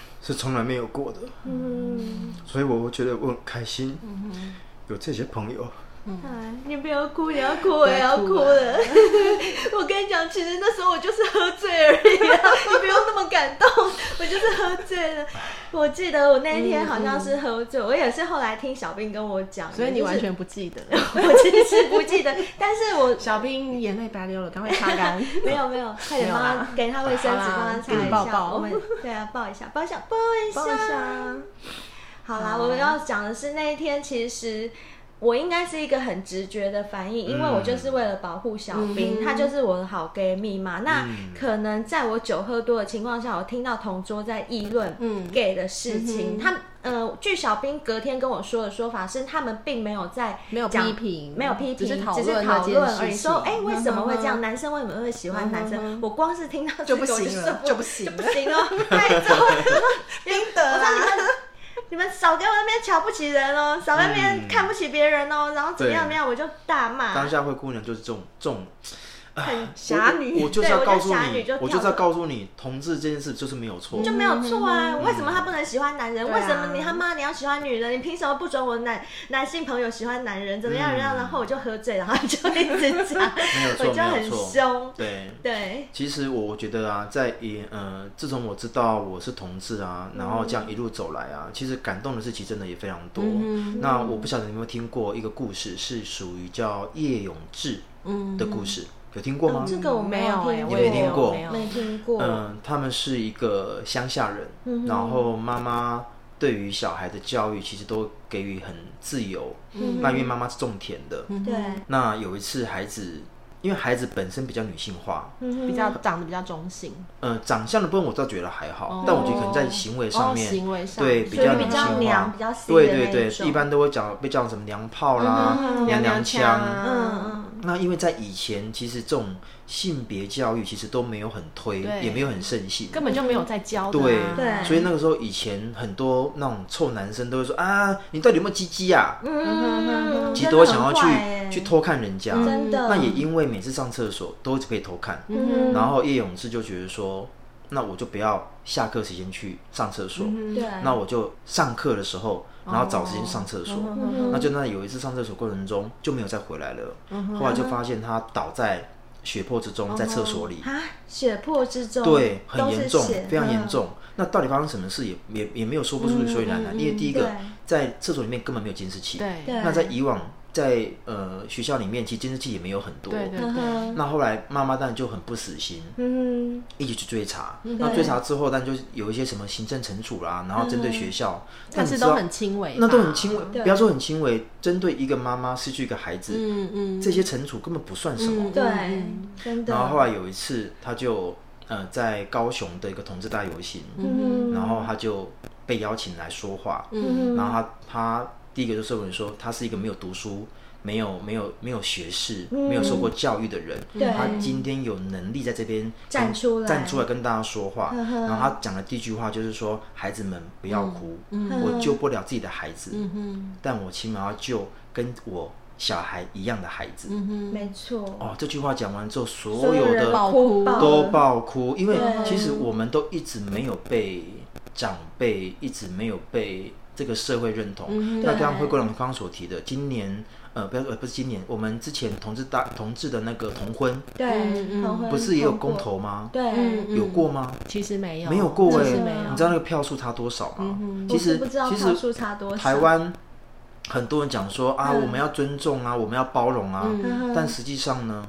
Speaker 3: 是从来没有过的，嗯，所以我觉得我很开心，
Speaker 2: 嗯
Speaker 3: 有这些朋友，
Speaker 2: 哎你不要哭，你要哭，我也要哭了。 我跟你讲，其实那时候我就是喝醉而已啊，你不用那么感动，我就是喝醉了。我记得我那一天好像是喝醉，我也是后来听小兵跟我讲的，
Speaker 4: 所以你
Speaker 2: 就是
Speaker 4: 完全不记得。
Speaker 2: 我其实不记得，但是我
Speaker 4: 小兵眼泪白流了，赶快擦干。
Speaker 2: 没有没有，快点帮
Speaker 4: 没
Speaker 2: 他
Speaker 4: 有啦
Speaker 2: 给他卫生纸，
Speaker 4: 好啦
Speaker 2: 帮他擦
Speaker 4: 给你
Speaker 2: 一
Speaker 4: 抱
Speaker 2: 下。
Speaker 4: 抱
Speaker 2: 我们对啊，抱一下，抱一下，抱一
Speaker 4: 抱一下
Speaker 2: 下。好啦，我要讲的是那一天，其实我应该是一个很直觉的反应，因为
Speaker 4: 嗯
Speaker 2: 我就是为了保护小兵，他就是我的好闺蜜嘛。
Speaker 4: 嗯
Speaker 2: 那可能在我酒喝多的情况下，我听到同桌在议论
Speaker 4: 嗯
Speaker 2: gay 的事情，他呃，据小兵隔天跟我说的说法是，他们并没有在
Speaker 4: 没有
Speaker 2: 讲
Speaker 4: 批评
Speaker 2: 没有批评，
Speaker 4: 只
Speaker 2: 只
Speaker 4: 是
Speaker 2: 是
Speaker 4: 讨
Speaker 2: 讨论
Speaker 4: 论那件
Speaker 2: 而已。
Speaker 4: 事情
Speaker 2: 说，哎，为什么会这
Speaker 4: 嗯哼哼
Speaker 2: 样？男生为什么会喜欢男生？我光是听到这
Speaker 4: 嗯就
Speaker 2: 个
Speaker 4: 不
Speaker 2: 我
Speaker 4: 行了
Speaker 2: 受
Speaker 4: 就不行了啊
Speaker 2: 就不行了。太重了，
Speaker 4: 冰的啦，
Speaker 2: 你们少给我那边瞧不起人哦，少在那边看不起别人哦，然后怎么样怎么样，我就大骂
Speaker 3: 嗯当。啊下灰姑娘就是这种这种
Speaker 2: 很
Speaker 4: 侠
Speaker 3: 我
Speaker 4: 女
Speaker 3: 我就是要
Speaker 2: 对
Speaker 3: 告诉
Speaker 2: 我就侠
Speaker 3: 你，
Speaker 2: 女就跳
Speaker 3: 我就是要告诉你，同志这件事就是没有错，
Speaker 2: 就没有错
Speaker 4: 嗯
Speaker 2: 啊！为什么他不能喜欢男人？
Speaker 4: 对啊
Speaker 2: 为什么你他妈你要喜欢女人？你凭什么不准我男男性朋友喜欢男人？怎么样？
Speaker 3: 嗯
Speaker 2: 怎么样？然后我就喝醉了，然后就一直讲，
Speaker 3: 没有
Speaker 2: 我
Speaker 3: 错，
Speaker 2: 就
Speaker 3: 没
Speaker 2: 很
Speaker 3: 有错，
Speaker 2: 凶。
Speaker 3: 对。
Speaker 2: 对，
Speaker 3: 其实我我觉得啊，在也呃，自从我知道我是同志啊，
Speaker 2: 嗯
Speaker 3: 然后这样一路走来啊，其实感动的事情真的也非常多。
Speaker 2: 嗯
Speaker 3: 那我不晓得你有没有听过一个故事，是属于叫叶永志的故事，有听过
Speaker 2: 嗯
Speaker 3: 吗？
Speaker 2: 哦这个我没
Speaker 4: 有哎，
Speaker 2: 听
Speaker 4: 我
Speaker 2: 过，
Speaker 4: 也
Speaker 3: 没听过
Speaker 4: 没有
Speaker 2: 没听过。
Speaker 3: 嗯，他们是一个乡下人，
Speaker 2: 嗯
Speaker 3: 然后妈妈对于小孩的教育其实都给予很自由。
Speaker 2: 嗯
Speaker 3: 那因为妈妈是种田的，
Speaker 2: 对，
Speaker 3: 那有一次孩子，因为孩子本身比较女性化，
Speaker 4: 比
Speaker 2: 嗯
Speaker 4: 较长得比较中性，
Speaker 3: 呃，长相的部分我倒觉得还好，
Speaker 2: 哦
Speaker 3: 但我觉得可能在行为上面，
Speaker 4: 哦行为上
Speaker 3: 对
Speaker 4: 所以
Speaker 3: 比较
Speaker 2: 比
Speaker 3: 女性
Speaker 2: 较
Speaker 3: 化，
Speaker 2: 娘比较 C 的
Speaker 3: 对
Speaker 2: 那
Speaker 3: 对
Speaker 2: 一
Speaker 3: 对，
Speaker 2: 种
Speaker 3: 一般都会讲被叫什么娘炮啦、娘腔。
Speaker 2: 嗯
Speaker 3: 那因为在以前，其实这种性别教育其实都没有很推，
Speaker 4: 对
Speaker 3: 也没有很盛行，
Speaker 4: 根本就没有在教的啊。
Speaker 3: 对，
Speaker 2: 对
Speaker 3: 所以那个时候以前很多那种臭男生都会说啊，你到底有没有鸡鸡啊？
Speaker 2: 嗯嗯嗯，
Speaker 3: 其实都会想要去、
Speaker 2: 真的很坏欸
Speaker 3: 去偷看人家。
Speaker 2: 真的。
Speaker 3: 那也因为每次上厕所都被偷看，
Speaker 2: 嗯
Speaker 3: 然后叶永志就觉得说，那我就不要下课时间去上厕所，
Speaker 2: 对，
Speaker 3: 那我就上课的时候，然后找时间上厕所。
Speaker 2: 嗯
Speaker 3: 那就那有一次上厕所过程中就没有再回来了，后来
Speaker 2: 嗯
Speaker 3: 就发现他倒在血泊之中，在厕所里。
Speaker 2: 啊，血泊之中，
Speaker 3: 对，
Speaker 2: 都
Speaker 3: 很
Speaker 2: 是
Speaker 3: 严重
Speaker 2: 血，嗯
Speaker 3: 非常严。重。那到底发生什么事也也也没有说不出所以
Speaker 2: 嗯
Speaker 3: 然来，啊因为第一个
Speaker 2: 对
Speaker 3: 在厕所里面根本没有监视器，
Speaker 4: 对
Speaker 2: 对
Speaker 3: 那在以往在呃学校里面，其实监视器也没有很多。
Speaker 4: 对对
Speaker 2: 嗯
Speaker 4: 对，
Speaker 2: 哼，
Speaker 3: 那后来妈妈当然就很不死心，
Speaker 2: 嗯哼，
Speaker 3: 一起去追查。
Speaker 4: 嗯
Speaker 3: 那追查之后，但就有一些什么行政惩处啦，然后针对学校，
Speaker 4: 但
Speaker 3: 你
Speaker 4: 是
Speaker 3: 知
Speaker 4: 都
Speaker 3: 道
Speaker 4: 很轻微吧，
Speaker 3: 那都很轻微，
Speaker 2: 对
Speaker 3: 不要说很轻微，针对一个妈妈失去一个孩子，
Speaker 4: 嗯嗯，
Speaker 3: 这些惩处根本不算什么。
Speaker 2: 对
Speaker 4: 嗯，
Speaker 2: 真的。
Speaker 3: 然后后来有一次，他就呃在高雄的一个同志大游行，
Speaker 2: 嗯，
Speaker 3: 然后他就被邀请来说话，
Speaker 2: 嗯
Speaker 3: 然后他他第一个就受人说他是一个没有读书、没有没有没有学士、没有受过教育的人，
Speaker 2: 嗯对
Speaker 3: 他今天有能力在这边
Speaker 2: 站
Speaker 3: 跟
Speaker 2: 出来
Speaker 3: 站出来跟大家说话，
Speaker 2: 呵呵
Speaker 3: 然后他讲的第一句话就是说孩子们
Speaker 2: 嗯
Speaker 3: 不要哭，我救不了自己的孩子，但我起码要救跟我小孩一样的孩子。
Speaker 4: 嗯哼，
Speaker 6: 没错，
Speaker 3: 哦，这句话讲完之后，所
Speaker 6: 所
Speaker 3: 有
Speaker 6: 人
Speaker 3: 的
Speaker 6: 爆
Speaker 4: 哭
Speaker 6: 爆
Speaker 3: 都
Speaker 2: 嗯
Speaker 6: 了
Speaker 3: 爆哭，因为
Speaker 6: 对
Speaker 3: 其实我们都一直没有被长辈，一直没有被这个社会认同。
Speaker 4: 嗯
Speaker 3: 那
Speaker 2: 对
Speaker 3: 刚刚灰姑娘刚刚所提的，今年呃，不要呃，不是今年，我们之前同志大同志的那个同婚，
Speaker 6: 对
Speaker 4: 嗯嗯，
Speaker 2: 同婚
Speaker 3: 不是也有
Speaker 2: 通
Speaker 3: 公
Speaker 2: 过？
Speaker 3: 投吗？
Speaker 2: 对，
Speaker 4: 嗯嗯
Speaker 3: 有过吗？
Speaker 4: 其实没有，
Speaker 3: 没有过哎、
Speaker 4: 真是没有
Speaker 3: 你知道那个票数差多少吗？
Speaker 4: 嗯
Speaker 3: 其
Speaker 2: 我
Speaker 3: 实
Speaker 2: 是不知道
Speaker 3: 其
Speaker 2: 票数
Speaker 3: 实
Speaker 2: 差多少。
Speaker 3: 台湾很多人讲说啊，
Speaker 2: 嗯
Speaker 3: 我们要尊重啊，我们要包容啊，
Speaker 2: 嗯
Speaker 3: 但实际上呢，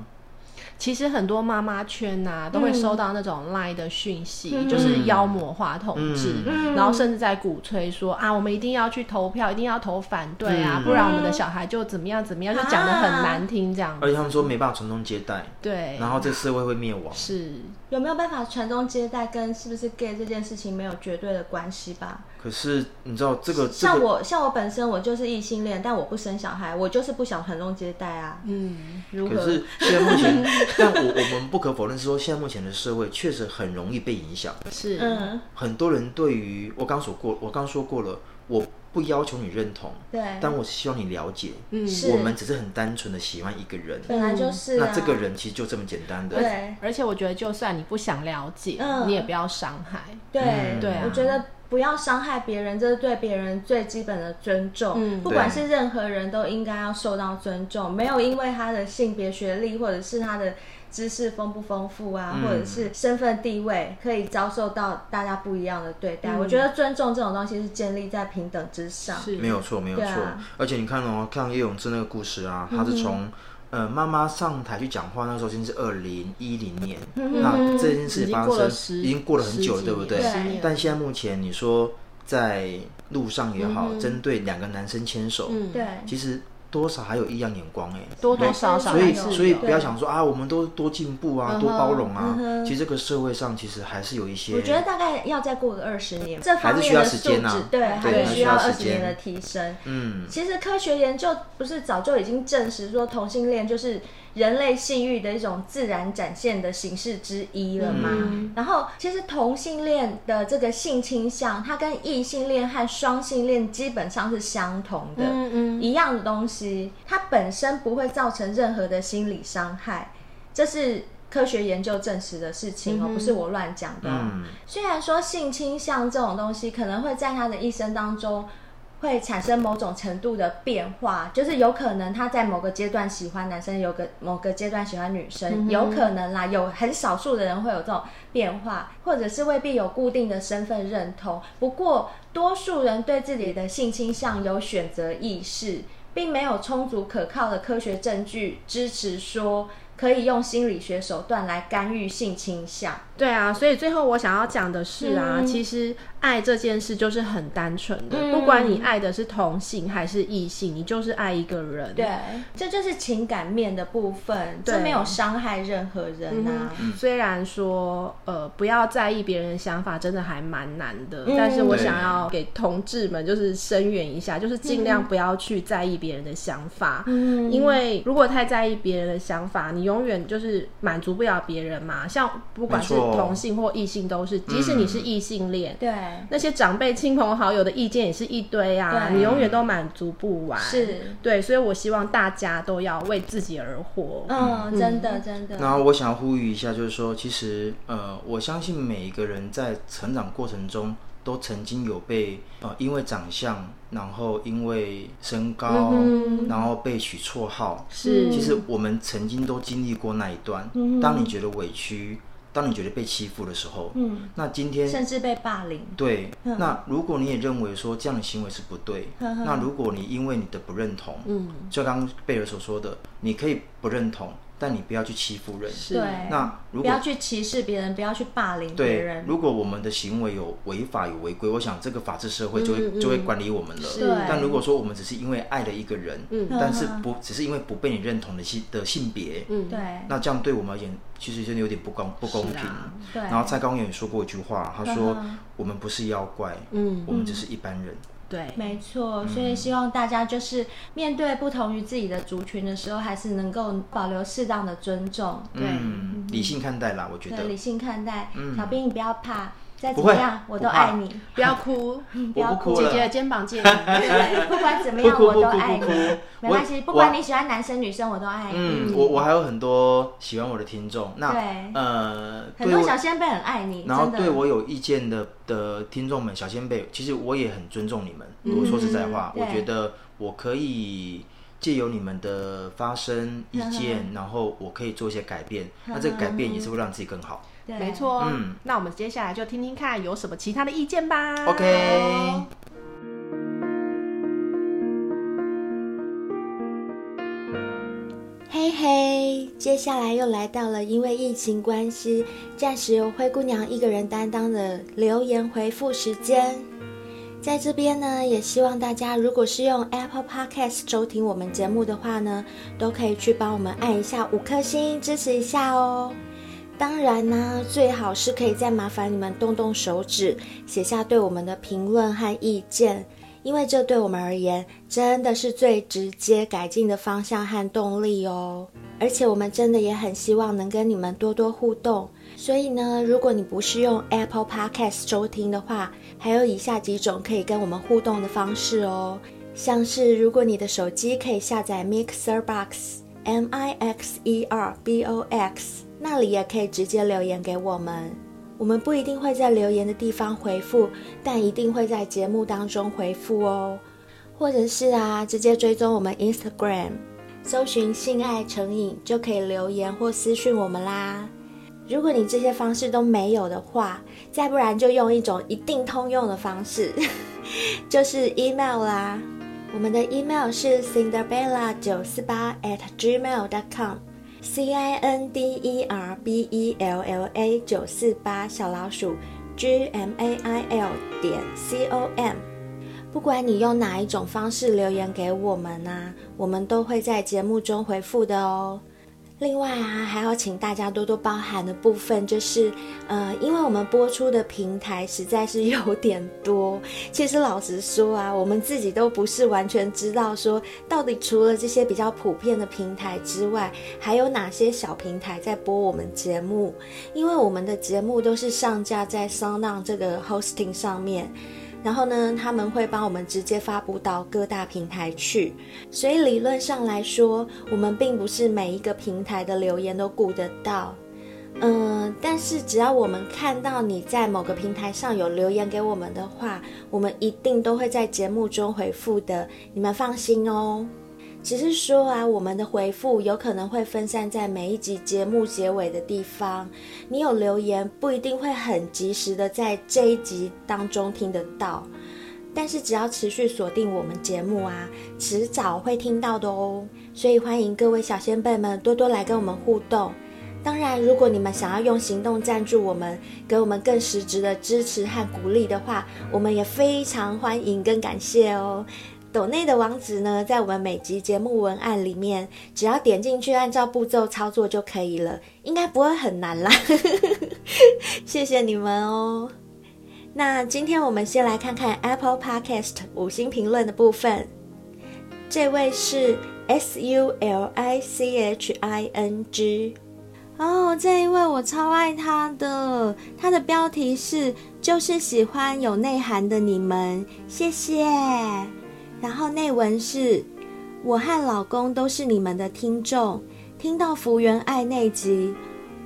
Speaker 4: 其实很多妈妈圈呐、都会收到那种 LINE 的讯息，
Speaker 6: 嗯
Speaker 4: 就是妖魔化同志，
Speaker 6: 嗯
Speaker 4: 然后甚至在鼓吹说啊，我们一定要去投票，一定要投反对啊，
Speaker 3: 嗯
Speaker 4: 不然我们的小孩就怎么样怎么样，就讲的很难听这样。
Speaker 3: 而且他们说没办法传宗接代，
Speaker 4: 对，
Speaker 3: 嗯然后这社会会灭亡。
Speaker 4: 是
Speaker 2: 有没有办法传宗接代跟是不是 gay 这件事情没有绝对的关系吧？
Speaker 3: 可是你知道这个这
Speaker 2: 像
Speaker 3: 个
Speaker 2: 我像我本身我就是异性恋，但我不生小孩，我就是不想传宗接代啊。
Speaker 4: 嗯，如
Speaker 3: 可
Speaker 4: 何？
Speaker 3: 是现在目前， 但我我们不可否认是说，现在目前的社会确实很容易被影响。
Speaker 4: 是
Speaker 2: 嗯，
Speaker 3: 很多人对于我刚所过，我刚说过了，我不要求你认同，
Speaker 2: 对，
Speaker 3: 但我希望你了解，
Speaker 4: 嗯
Speaker 2: 是
Speaker 3: 我们只是很单纯的喜欢一个人，
Speaker 2: 本来就是、啊。
Speaker 3: 那这个人嗯其实就这么简单的。
Speaker 2: 对
Speaker 4: 而且我觉得，就算你不想了解，
Speaker 2: 嗯
Speaker 4: 你也不要伤害。
Speaker 2: 对、
Speaker 3: 嗯对啊
Speaker 2: 我觉得不要伤害别人，这是对别人最基本的尊重。
Speaker 4: 嗯
Speaker 3: 啊
Speaker 2: 不管是任何人都应该要受到尊重，没有因为他的性别、学历，或者是他的知识丰不丰富啊，
Speaker 3: 嗯
Speaker 2: 或者是身份地位，可以遭受到大家不一样的对
Speaker 3: 嗯
Speaker 2: 待。我觉得尊重这种东西是建立在平等之上。
Speaker 4: 是
Speaker 3: 没有错，没有错
Speaker 2: 对啊。
Speaker 3: 而且你看哦，看叶永志那个故事啊，
Speaker 4: 嗯
Speaker 3: 他是从呃妈妈上台去讲话，那时候已经是二零一零年，那这件事
Speaker 4: 嗯已
Speaker 3: 情
Speaker 4: 经
Speaker 3: 发
Speaker 4: 过了
Speaker 3: 生
Speaker 4: 十，
Speaker 3: 已经过了很久了，
Speaker 4: 十几
Speaker 3: 对不对
Speaker 2: 对
Speaker 4: 年十年？
Speaker 3: 但现在目前你说在路上也
Speaker 2: 嗯
Speaker 3: 好，针对两个男生牵手，
Speaker 4: 嗯，
Speaker 2: 对，
Speaker 3: 其实多少还有异样眼光哎，
Speaker 4: 多多少少
Speaker 3: 所以，
Speaker 4: 还是有
Speaker 3: 所以不要想说啊，我们都多进步啊，多包容啊
Speaker 2: 嗯。哼
Speaker 3: 其实这个社会上其实还是有一些，
Speaker 2: 我觉得大概要再过个二十年，这方
Speaker 3: 还是
Speaker 2: 面
Speaker 3: 需要
Speaker 2: 的
Speaker 3: 时
Speaker 2: 素质
Speaker 3: 间啊
Speaker 2: 对，
Speaker 3: 对
Speaker 2: 还
Speaker 4: 还
Speaker 2: 是需
Speaker 4: 是
Speaker 2: 要
Speaker 3: 需要
Speaker 2: 二
Speaker 3: 时
Speaker 2: 十
Speaker 3: 间
Speaker 2: 年的提升。
Speaker 3: 嗯，
Speaker 2: 其实科学研究不是早就已经证实说同性恋就是人类性欲的一种自然展现的形式之一了吗？
Speaker 4: 嗯
Speaker 2: 然后，其实同性恋的这个性倾向，它跟异性恋和双性恋基本上是相同的，
Speaker 4: 嗯嗯
Speaker 2: 一样的东西，它本身不会造成任何的心理伤害，这是科学研究证实的事情哦，
Speaker 4: 嗯哼
Speaker 2: 不是我乱讲的哦、
Speaker 3: 嗯
Speaker 2: 虽然说性倾向这种东西可能会在他的一生当中会产生某种程度的变化，就是有可能他在某个阶段喜欢男生，有个某个阶段喜欢女生，有可能啦，有很少数的人会有这种变化，或者是未必有固定的身份认同。不过，多数人对自己的性倾向有选择意识，并没有充足可靠的科学证据支持说可以用心理学手段来干预性倾向。
Speaker 4: 对啊，所以最后我想要讲的是啊，
Speaker 2: 嗯
Speaker 4: 其实爱这件事就是很单纯的，
Speaker 2: 嗯
Speaker 4: 不管你爱的是同性还是异性，你就是爱一个人。
Speaker 2: 对，这就是情感面的部分，
Speaker 4: 对
Speaker 2: 这没有伤害任何人
Speaker 4: 嗯
Speaker 2: 啊。
Speaker 4: 哼，虽然说呃不要在意别人的想法，真的还蛮难的。
Speaker 2: 嗯
Speaker 4: 但是我
Speaker 3: 对
Speaker 4: 想要给同志们就是声援一下，就是尽量不要去在意别人的想法，
Speaker 2: 嗯
Speaker 4: 因为如果太在意别人的想法，你永远就是满足不了别人嘛。像不管是
Speaker 3: 没错
Speaker 4: 同性或异性都是，即使你是异性
Speaker 3: 嗯
Speaker 4: 恋，
Speaker 2: 对，
Speaker 4: 那些长辈、亲朋好友的意见也是一堆啊，
Speaker 2: 对
Speaker 4: 你永远都满足不完。
Speaker 2: 是，
Speaker 4: 对，所以我希望大家都要为自己而活。
Speaker 2: 嗯，真的真
Speaker 3: 然
Speaker 2: 的，
Speaker 3: 后我想要呼吁一下，就是说，其实呃，我相信每一个人在成长过程中都曾经有被呃，因为长相，然后因为身
Speaker 2: 嗯
Speaker 3: 高，然后被取绰号。
Speaker 4: 是，
Speaker 3: 其实我们曾经都经历过那一段。当你觉得委屈，当你觉得被欺负的时候，
Speaker 2: 嗯，
Speaker 3: 那今天
Speaker 2: 甚至被霸凌，
Speaker 3: 对，那如果你也认为说这样的行为是不对，那如果你因为你的不认同，嗯，就刚刚贝尔所说的，你可以不认同，但你不要去欺负人。
Speaker 4: 是
Speaker 2: 对，
Speaker 3: 那如
Speaker 2: 不
Speaker 3: 果
Speaker 2: 要去歧视别人，不要去霸凌别
Speaker 3: 对，
Speaker 2: 人，
Speaker 3: 如果我们的行为有违法有违规，我想这个法治社会就会、就会管理我们了
Speaker 4: 是。
Speaker 3: 但如果说我们只是因为爱了一个人，
Speaker 4: 嗯
Speaker 3: 但是不只是因为不被你认同的性的性别，
Speaker 4: 嗯，
Speaker 2: 对
Speaker 3: 那这样对我们而言其实真的有点不公不公
Speaker 4: 是
Speaker 3: 平。
Speaker 4: 啊
Speaker 2: 对，
Speaker 3: 然后蔡康永也说过一句话，他说：“
Speaker 7: 嗯
Speaker 3: 我们不是妖怪，
Speaker 4: 嗯
Speaker 3: 我们只是一般人。
Speaker 4: 对，
Speaker 2: 没
Speaker 3: 嗯
Speaker 2: 错，所以希望大家就是面对不同于自己的族群的时候，还是能够保留适当的尊重，
Speaker 4: 对
Speaker 3: 嗯
Speaker 7: 嗯
Speaker 3: 嗯，理性看待啦，我觉得
Speaker 2: 对，理性看待。小兵你不要怕，
Speaker 7: 再
Speaker 3: 嗯不
Speaker 7: 怎
Speaker 3: 会
Speaker 7: 么样我都
Speaker 3: 不怕
Speaker 7: 爱你，
Speaker 4: 不要 哭，
Speaker 7: 不要
Speaker 3: 我不
Speaker 7: 哭
Speaker 3: 哭
Speaker 4: 姐
Speaker 3: 了，
Speaker 4: 姐的肩膀借 你。
Speaker 7: 不管怎么
Speaker 3: 不
Speaker 7: 样
Speaker 3: 哭
Speaker 7: 我
Speaker 3: 不
Speaker 7: 都
Speaker 3: 哭
Speaker 7: 爱
Speaker 3: 不哭
Speaker 7: 你，，没
Speaker 3: 我
Speaker 7: 关系，不管
Speaker 3: 我
Speaker 7: 你喜欢男生女生我都爱你。
Speaker 3: 嗯，我我还有很多喜欢我的听众，那
Speaker 7: 对
Speaker 3: 呃，
Speaker 7: 很
Speaker 3: 对
Speaker 7: 多
Speaker 3: 我
Speaker 7: 小先辈很爱你，
Speaker 3: 然后
Speaker 7: 真的。
Speaker 3: 对我有意见的的听众们，小先辈，其实我也很尊重你们。我说实在话，
Speaker 7: 嗯对
Speaker 3: 我觉得我可以借由你们的发声意见，
Speaker 7: 嗯
Speaker 3: 然后我可以做一些改变。那这个改变也是会让自己更好。
Speaker 7: 对
Speaker 4: 没错，哦
Speaker 3: 嗯
Speaker 4: 那我们接下来就听听看有什么其他的意见吧。
Speaker 3: OK，
Speaker 2: 嘿嘿，接下来又来到了因为疫情关系，暂时由灰姑娘一个人担当的留言回复时间。在这边呢，也希望大家如果是用 Apple Podcast 收听我们节目的话呢，都可以去帮我们按一下五颗星，支持一下哦。当然呢、最好是可以再麻烦你们动动手指，写下对我们的评论和意见，因为这对我们而言真的是最直接改进的方向和动力哦。而且我们真的也很希望能跟你们多多互动，所以呢，如果你不是用 Apple Podcast 收听的话，还有以下几种可以跟我们互动的方式哦，像是如果你的手机可以下载 Mixer Box。M I X E R B O X，那里也可以直接留言给我们。我们不一定会在留言的地方回复，但一定会在节目当中回复哦。或者是啊，直接追踪我们 Instagram，搜寻“性爱成瘾”就可以留言或私讯我们啦。如果你这些方式都没有的话，再不然就用一种一定通用的方式， 就是 email 啦。我们的 email 是 cinderbella 九四八 at gmail dot com。C I N D E R B E L L A 九四八小老鼠 G M A I L 点 C O M。不管你用哪一种方式留言给我们呢、我们都会在节目中回复的哦。另外啊，还要请大家多多包涵的部分就是，呃，因为我们播出的平台实在是有点多，其实老实说啊，我们自己都不是完全知道说到底除了这些比较普遍的平台之外，还有哪些小平台在播我们节目，因为我们的节目都是上架在 Sound 这个 hosting 上面。然后呢，他们会帮我们直接发布到各大平台去，所以理论上来说，我们并不是每一个平台的留言都顾得到。嗯，但是只要我们看到你在某个平台上有留言给我们的话，我们一定都会在节目中回复的，你们放心哦。只是说啊，我们的回复有可能会分散在每一集节目结尾的地方。你有留言不一定会很及时的在这一集当中听得到，但是只要持续锁定我们节目啊，迟早会听到的哦。所以欢迎各位小先辈们多多来跟我们互动。当然，如果你们想要用行动赞助我们，给我们更实质的支持和鼓励的话，我们也非常欢迎跟感谢哦。抖内的网址呢，在我们每集节目文案里面，只要点进去，按照步骤操作就可以了，应该不会很难啦。 谢谢你们哦。那今天我们先来看看 Apple Podcast 五星评论的部分。这位是 S U L I C H I N G。哦，这一位我超爱他的，他的标题是“就是喜欢有内涵的你们”，谢谢。然后内文是：我和老公都是你们的听众，听到福原爱那集，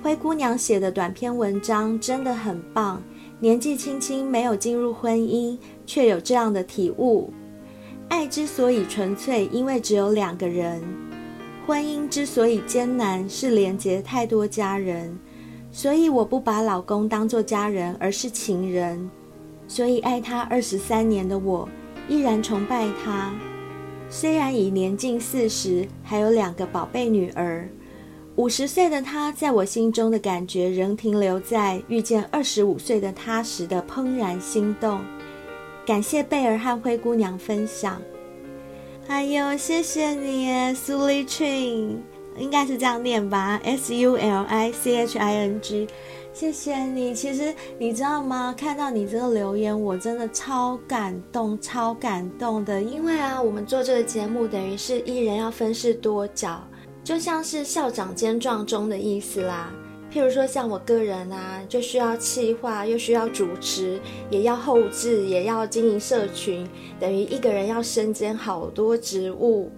Speaker 2: 灰姑娘写的短篇文章真的很棒。年纪轻轻没有进入婚姻，却有这样的体悟。爱之所以纯粹，因为只有两个人；婚姻之所以艰难，是连结太多家人。所以我不把老公当做家人，而是情人。所以爱他二十三年的我，依然崇拜他。虽然已年近四十，还有两个宝贝女儿，五十岁的他，在我心中的感觉仍停留在遇见二十五岁的他时的怦然心动。感谢贝尔和灰姑娘分享。哎呦，谢谢你耶，苏丽庆，应该是这样念吧，S U L I C H I N G。谢谢你。其实你知道吗？看到你这个留言，我真的超感动，超感动的。因为啊，我们做这个节目，等于是一人要分饰多角，就像是校长兼撞钟的意思啦。譬如说像我个人啊，就需要企划，又需要主持，也要后置，也要经营社群，等于一个人要身兼好多职务。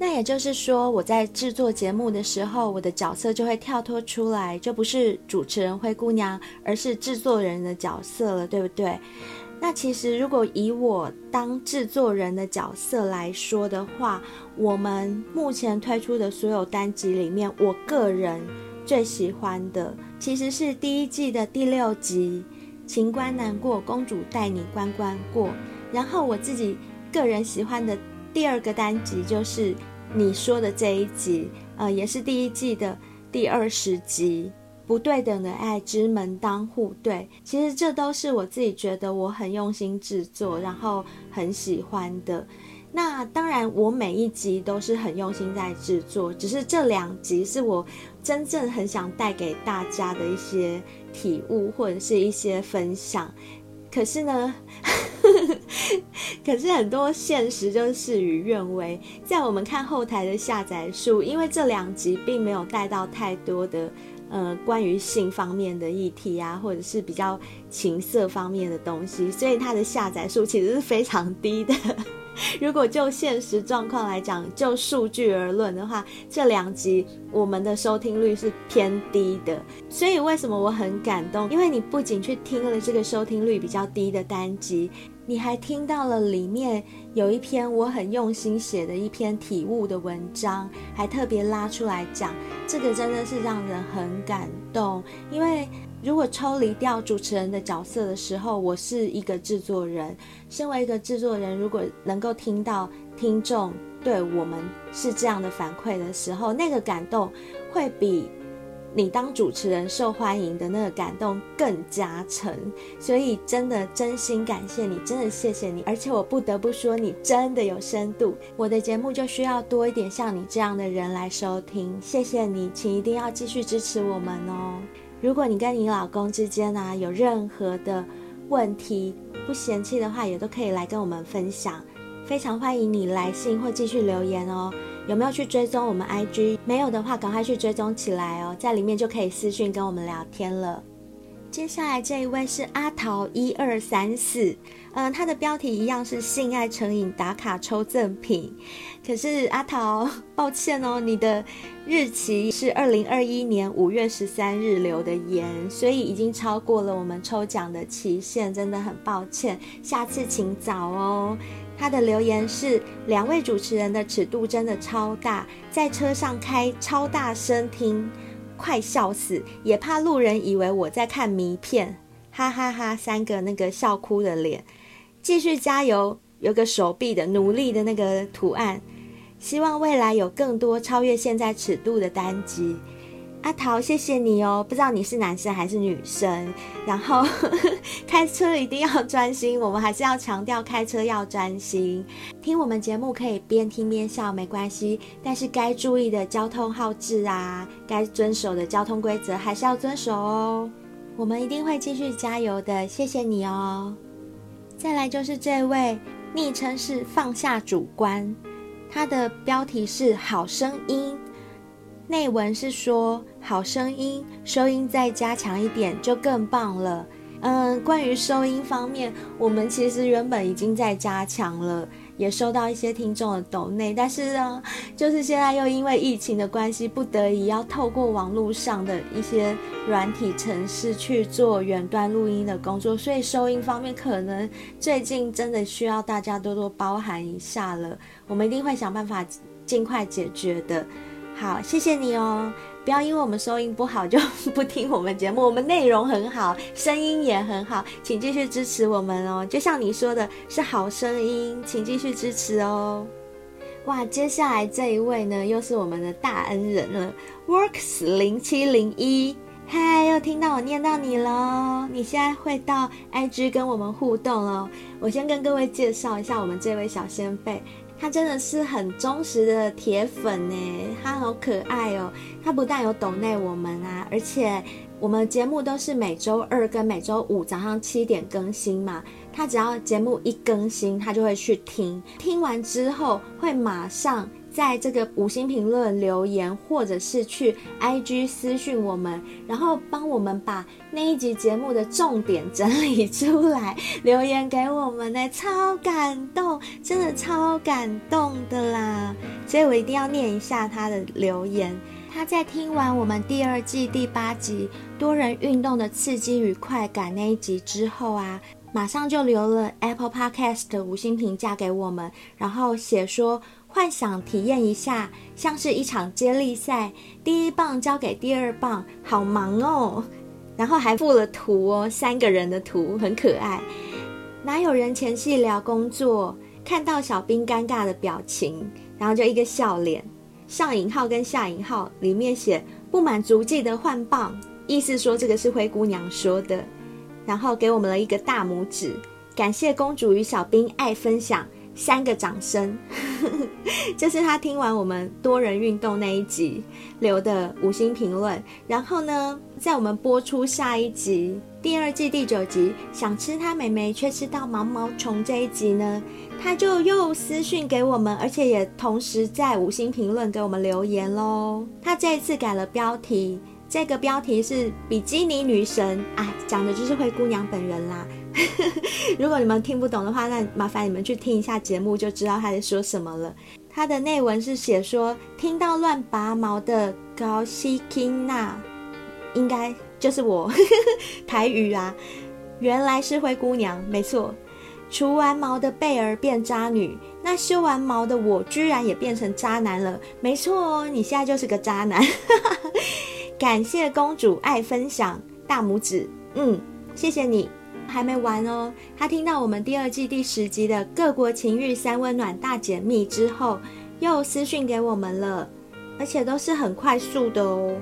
Speaker 2: 那也就是说，我在制作节目的时候，我的角色就会跳脱出来，就不是主持人灰姑娘，而是制作人的角色了，对不对？那其实如果以我当制作人的角色来说的话，我们目前推出的所有单集里面，我个人最喜欢的其实是第一季的第六集《情关难过，公主带你关关过》，然后我自己个人喜欢的第二个单集就是你说的这一集，呃，也是第一季的第二十集。不对等的爱之门当户对，其实这都是我自己觉得我很用心制作，然后很喜欢的。那当然，我每一集都是很用心在制作，只是这两集是我真正很想带给大家的一些体悟或者是一些分享。可是呢，可是很多现实就是事与愿违。在我们看后台的下载数，因为这两集并没有带到太多的呃，关于性方面的议题啊，或者是比较情色方面的东西，所以它的下载数其实是非常低的。 如果就现实状况来讲，就数据而论的话，这两集我们的收听率是偏低的。所以为什么我很感动？因为你不仅去听了这个收听率比较低的单集，你还听到了里面有一篇我很用心写的一篇体悟的文章，还特别拉出来讲，这个真的是让人很感动。因为如果抽离掉主持人的角色的时候，我是一个制作人，身为一个制作人，如果能够听到听众对我们是这样的反馈的时候，那个感动会比你当主持人受欢迎的那个感动更加成。所以真的真心感谢你，真的谢谢你，而且我不得不说，你真的有深度。我的节目就需要多一点像你这样的人来收听，谢谢你，请一定要继续支持我们哦。如果你跟你老公之间啊有任何的问题，不嫌弃的话，也都可以来跟我们分享。非常欢迎你来信或继续留言哦。有没有去追踪我们 IG？没有的话，赶快去追踪起来哦，在里面就可以私讯跟我们聊天了。接下来这一位是阿桃一二三四，嗯，他的标题一样是性爱成瘾打卡抽赠品，可是阿桃，抱歉哦，你的日期是二零二一年五月十三日留的言，所以已经超过了我们抽奖的期限，真的很抱歉，下次请早哦。他的留言是：两位主持人的尺度真的超大，在车上开超大声听，快笑死，也怕路人以为我在看迷片，哈哈哈三个那个笑哭的脸，继续加油，有个手臂的努力的那个图案，希望未来有更多超越现在尺度的单集。阿桃，谢谢你哦。不知道你是男生还是女生，然后 开车一定要专心，我们还是要强调开车要专心。听我们节目可以边听边笑，没关系，但是该注意的交通号志啊，该遵守的交通规则还是要遵守哦。我们一定会继续加油的，谢谢你哦。再来就是这位，昵称是放下主观，他的标题是好声音。内文是说好声音，收音再加强一点就更棒了。嗯，关于收音方面，我们其实原本已经在加强了，也收到一些听众的抖内，但是呢，就是现在又因为疫情的关系，不得已要透过网络上的一些软体程式去做远端录音的工作，所以收音方面可能最近真的需要大家多多包涵一下了。我们一定会想办法尽快解决的。好，谢谢你哦！不要因为我们收音不好就 不听我们节目，我们内容很好，声音也很好，请继续支持我们哦。就像你说的，是好声音，请继续支持哦。哇，接下来这一位呢，又是我们的大恩人了，Works 零七零一，嗨，又听到我念到你喽！你现在会到 IG 跟我们互动喽。我先跟各位介绍一下我们这位小先辈，他真的是很忠实的铁粉呢，他好可爱哦。他不但有抖内我们啊，而且我们节目都是每周二跟每周五早上七点更新嘛。他只要节目一更新，他就会去听，听完之后会马上。在这个五星评论留言，或者是去 IG 私讯我们，然后帮我们把那一集节目的重点整理出来，留言给我们呢，超感动，真的超感动的啦！所以我一定要念一下他的留言。他在听完我们第二季第八集多人运动的刺激与快感那一集之后啊，马上就留了 Apple Podcast 的五星评价给我们，然后写说幻想体验一下，像是一场接力赛，第一棒交给第二棒，好忙哦。然后还附了图哦，三个人的图很可爱。哪有人前戏聊工作？看到小兵尴尬的表情，然后就一个笑脸。上引号跟下引号里面写不满足记得换棒，意思说这个是灰姑娘说的，然后给我们了一个大拇指，感谢公主与小兵爱分享，三个掌声。 这是他听完我们多人运动那一集留的五星评论。然后呢，在我们播出下一集第二季第九集，想吃他妹妹却吃到毛毛虫这一集呢，他就又私讯给我们，而且也同时在五星评论给我们留言喽。他这一次改了标题，这个标题是比基尼女神啊，讲的就是灰姑娘本人啦。 如果你们听不懂的话，那麻烦你们去听一下节目，就知道他在说什么了。他的内文是写说，听到乱拔毛的高希金娜，应该就是我 台语啊，原来是灰姑娘，没错。除完毛的贝儿变渣女，那修完毛的我居然也变成渣男了，没错哦，你现在就是个渣男。感谢公主爱分享，大拇指，嗯，谢谢你。还没完哦，他听到我们第二季第十集的各国情欲三温暖大解密之后，又私讯给我们了，而且都是很快速的哦。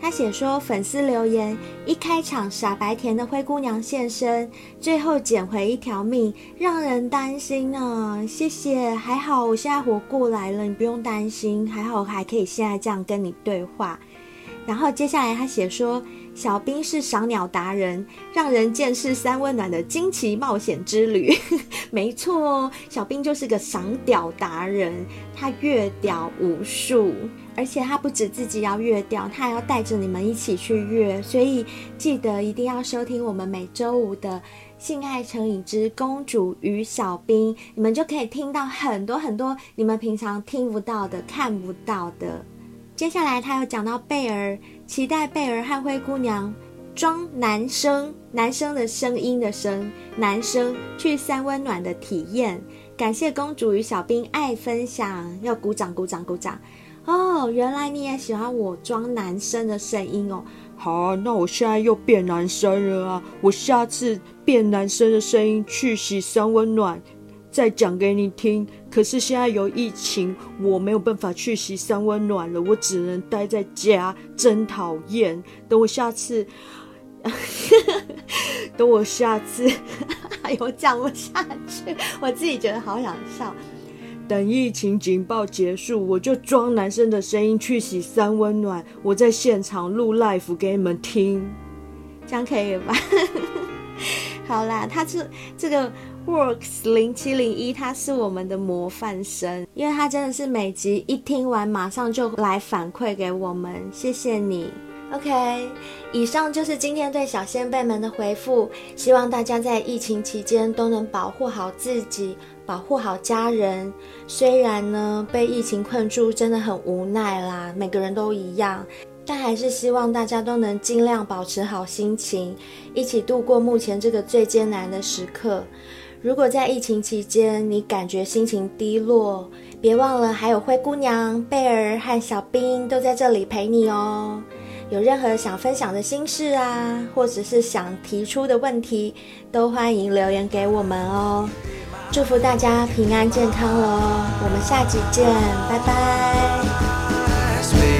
Speaker 2: 他写说粉丝留言，一开场傻白甜的灰姑娘现身，最后捡回一条命，让人担心呢。谢谢，还好我现在活过来了，你不用担心，还好我还可以现在这样跟你对话。然后接下来他写说，小兵是赏鸟达人，让人见识三温暖的惊奇冒险之旅。 没错哦，小兵就是个赏屌达人，他越屌无数，而且他不止自己要越屌，他还要带着你们一起去越，所以记得一定要收听我们每周五的。性爱成瘾之公主与小兵，你们就可以听到很多很多你们平常听不到的、看不到的。接下来他又讲到贝儿，期待贝儿和灰姑娘装男生，男生的声音的声，男生去三温暖的体验。感谢公主与小兵爱分享，要鼓掌鼓掌鼓掌！哦，原来你也喜欢我装男生的声音哦。好啊、那我现在又变男生了啊！我下次变男生的声音去洗三温暖，再讲给你听。可是现在有疫情，我没有办法去洗三温暖了，我只能待在家，真讨厌。等我下次，等我下次， 哎呦，讲不下去，我自己觉得好想笑。等疫情警报结束，我就装男生的声音去洗三温暖，我在现场录 l i f e 给你们听，这样可以吧？ 好啦，他是这个 Works 零七零一，他是我们的模范生，因为他真的是每集一听完马上就来反馈给我们，谢谢你。OK，以上就是今天对小先辈们的回复，希望大家在疫情期间都能保护好自己，保护好家人。虽然呢被疫情困住真的很无奈啦，每个人都一样，但还是希望大家都能尽量保持好心情，一起度过目前这个最艰难的时刻。如果在疫情期间你感觉心情低落，别忘了还有灰姑娘、贝儿和小兵都在这里陪你哦。有任何想分享的心事啊，或者是想提出的问题，都欢迎留言给我们哦。祝福大家平安健康喽！我们下集见，拜拜。
Speaker 8: eyes, baby.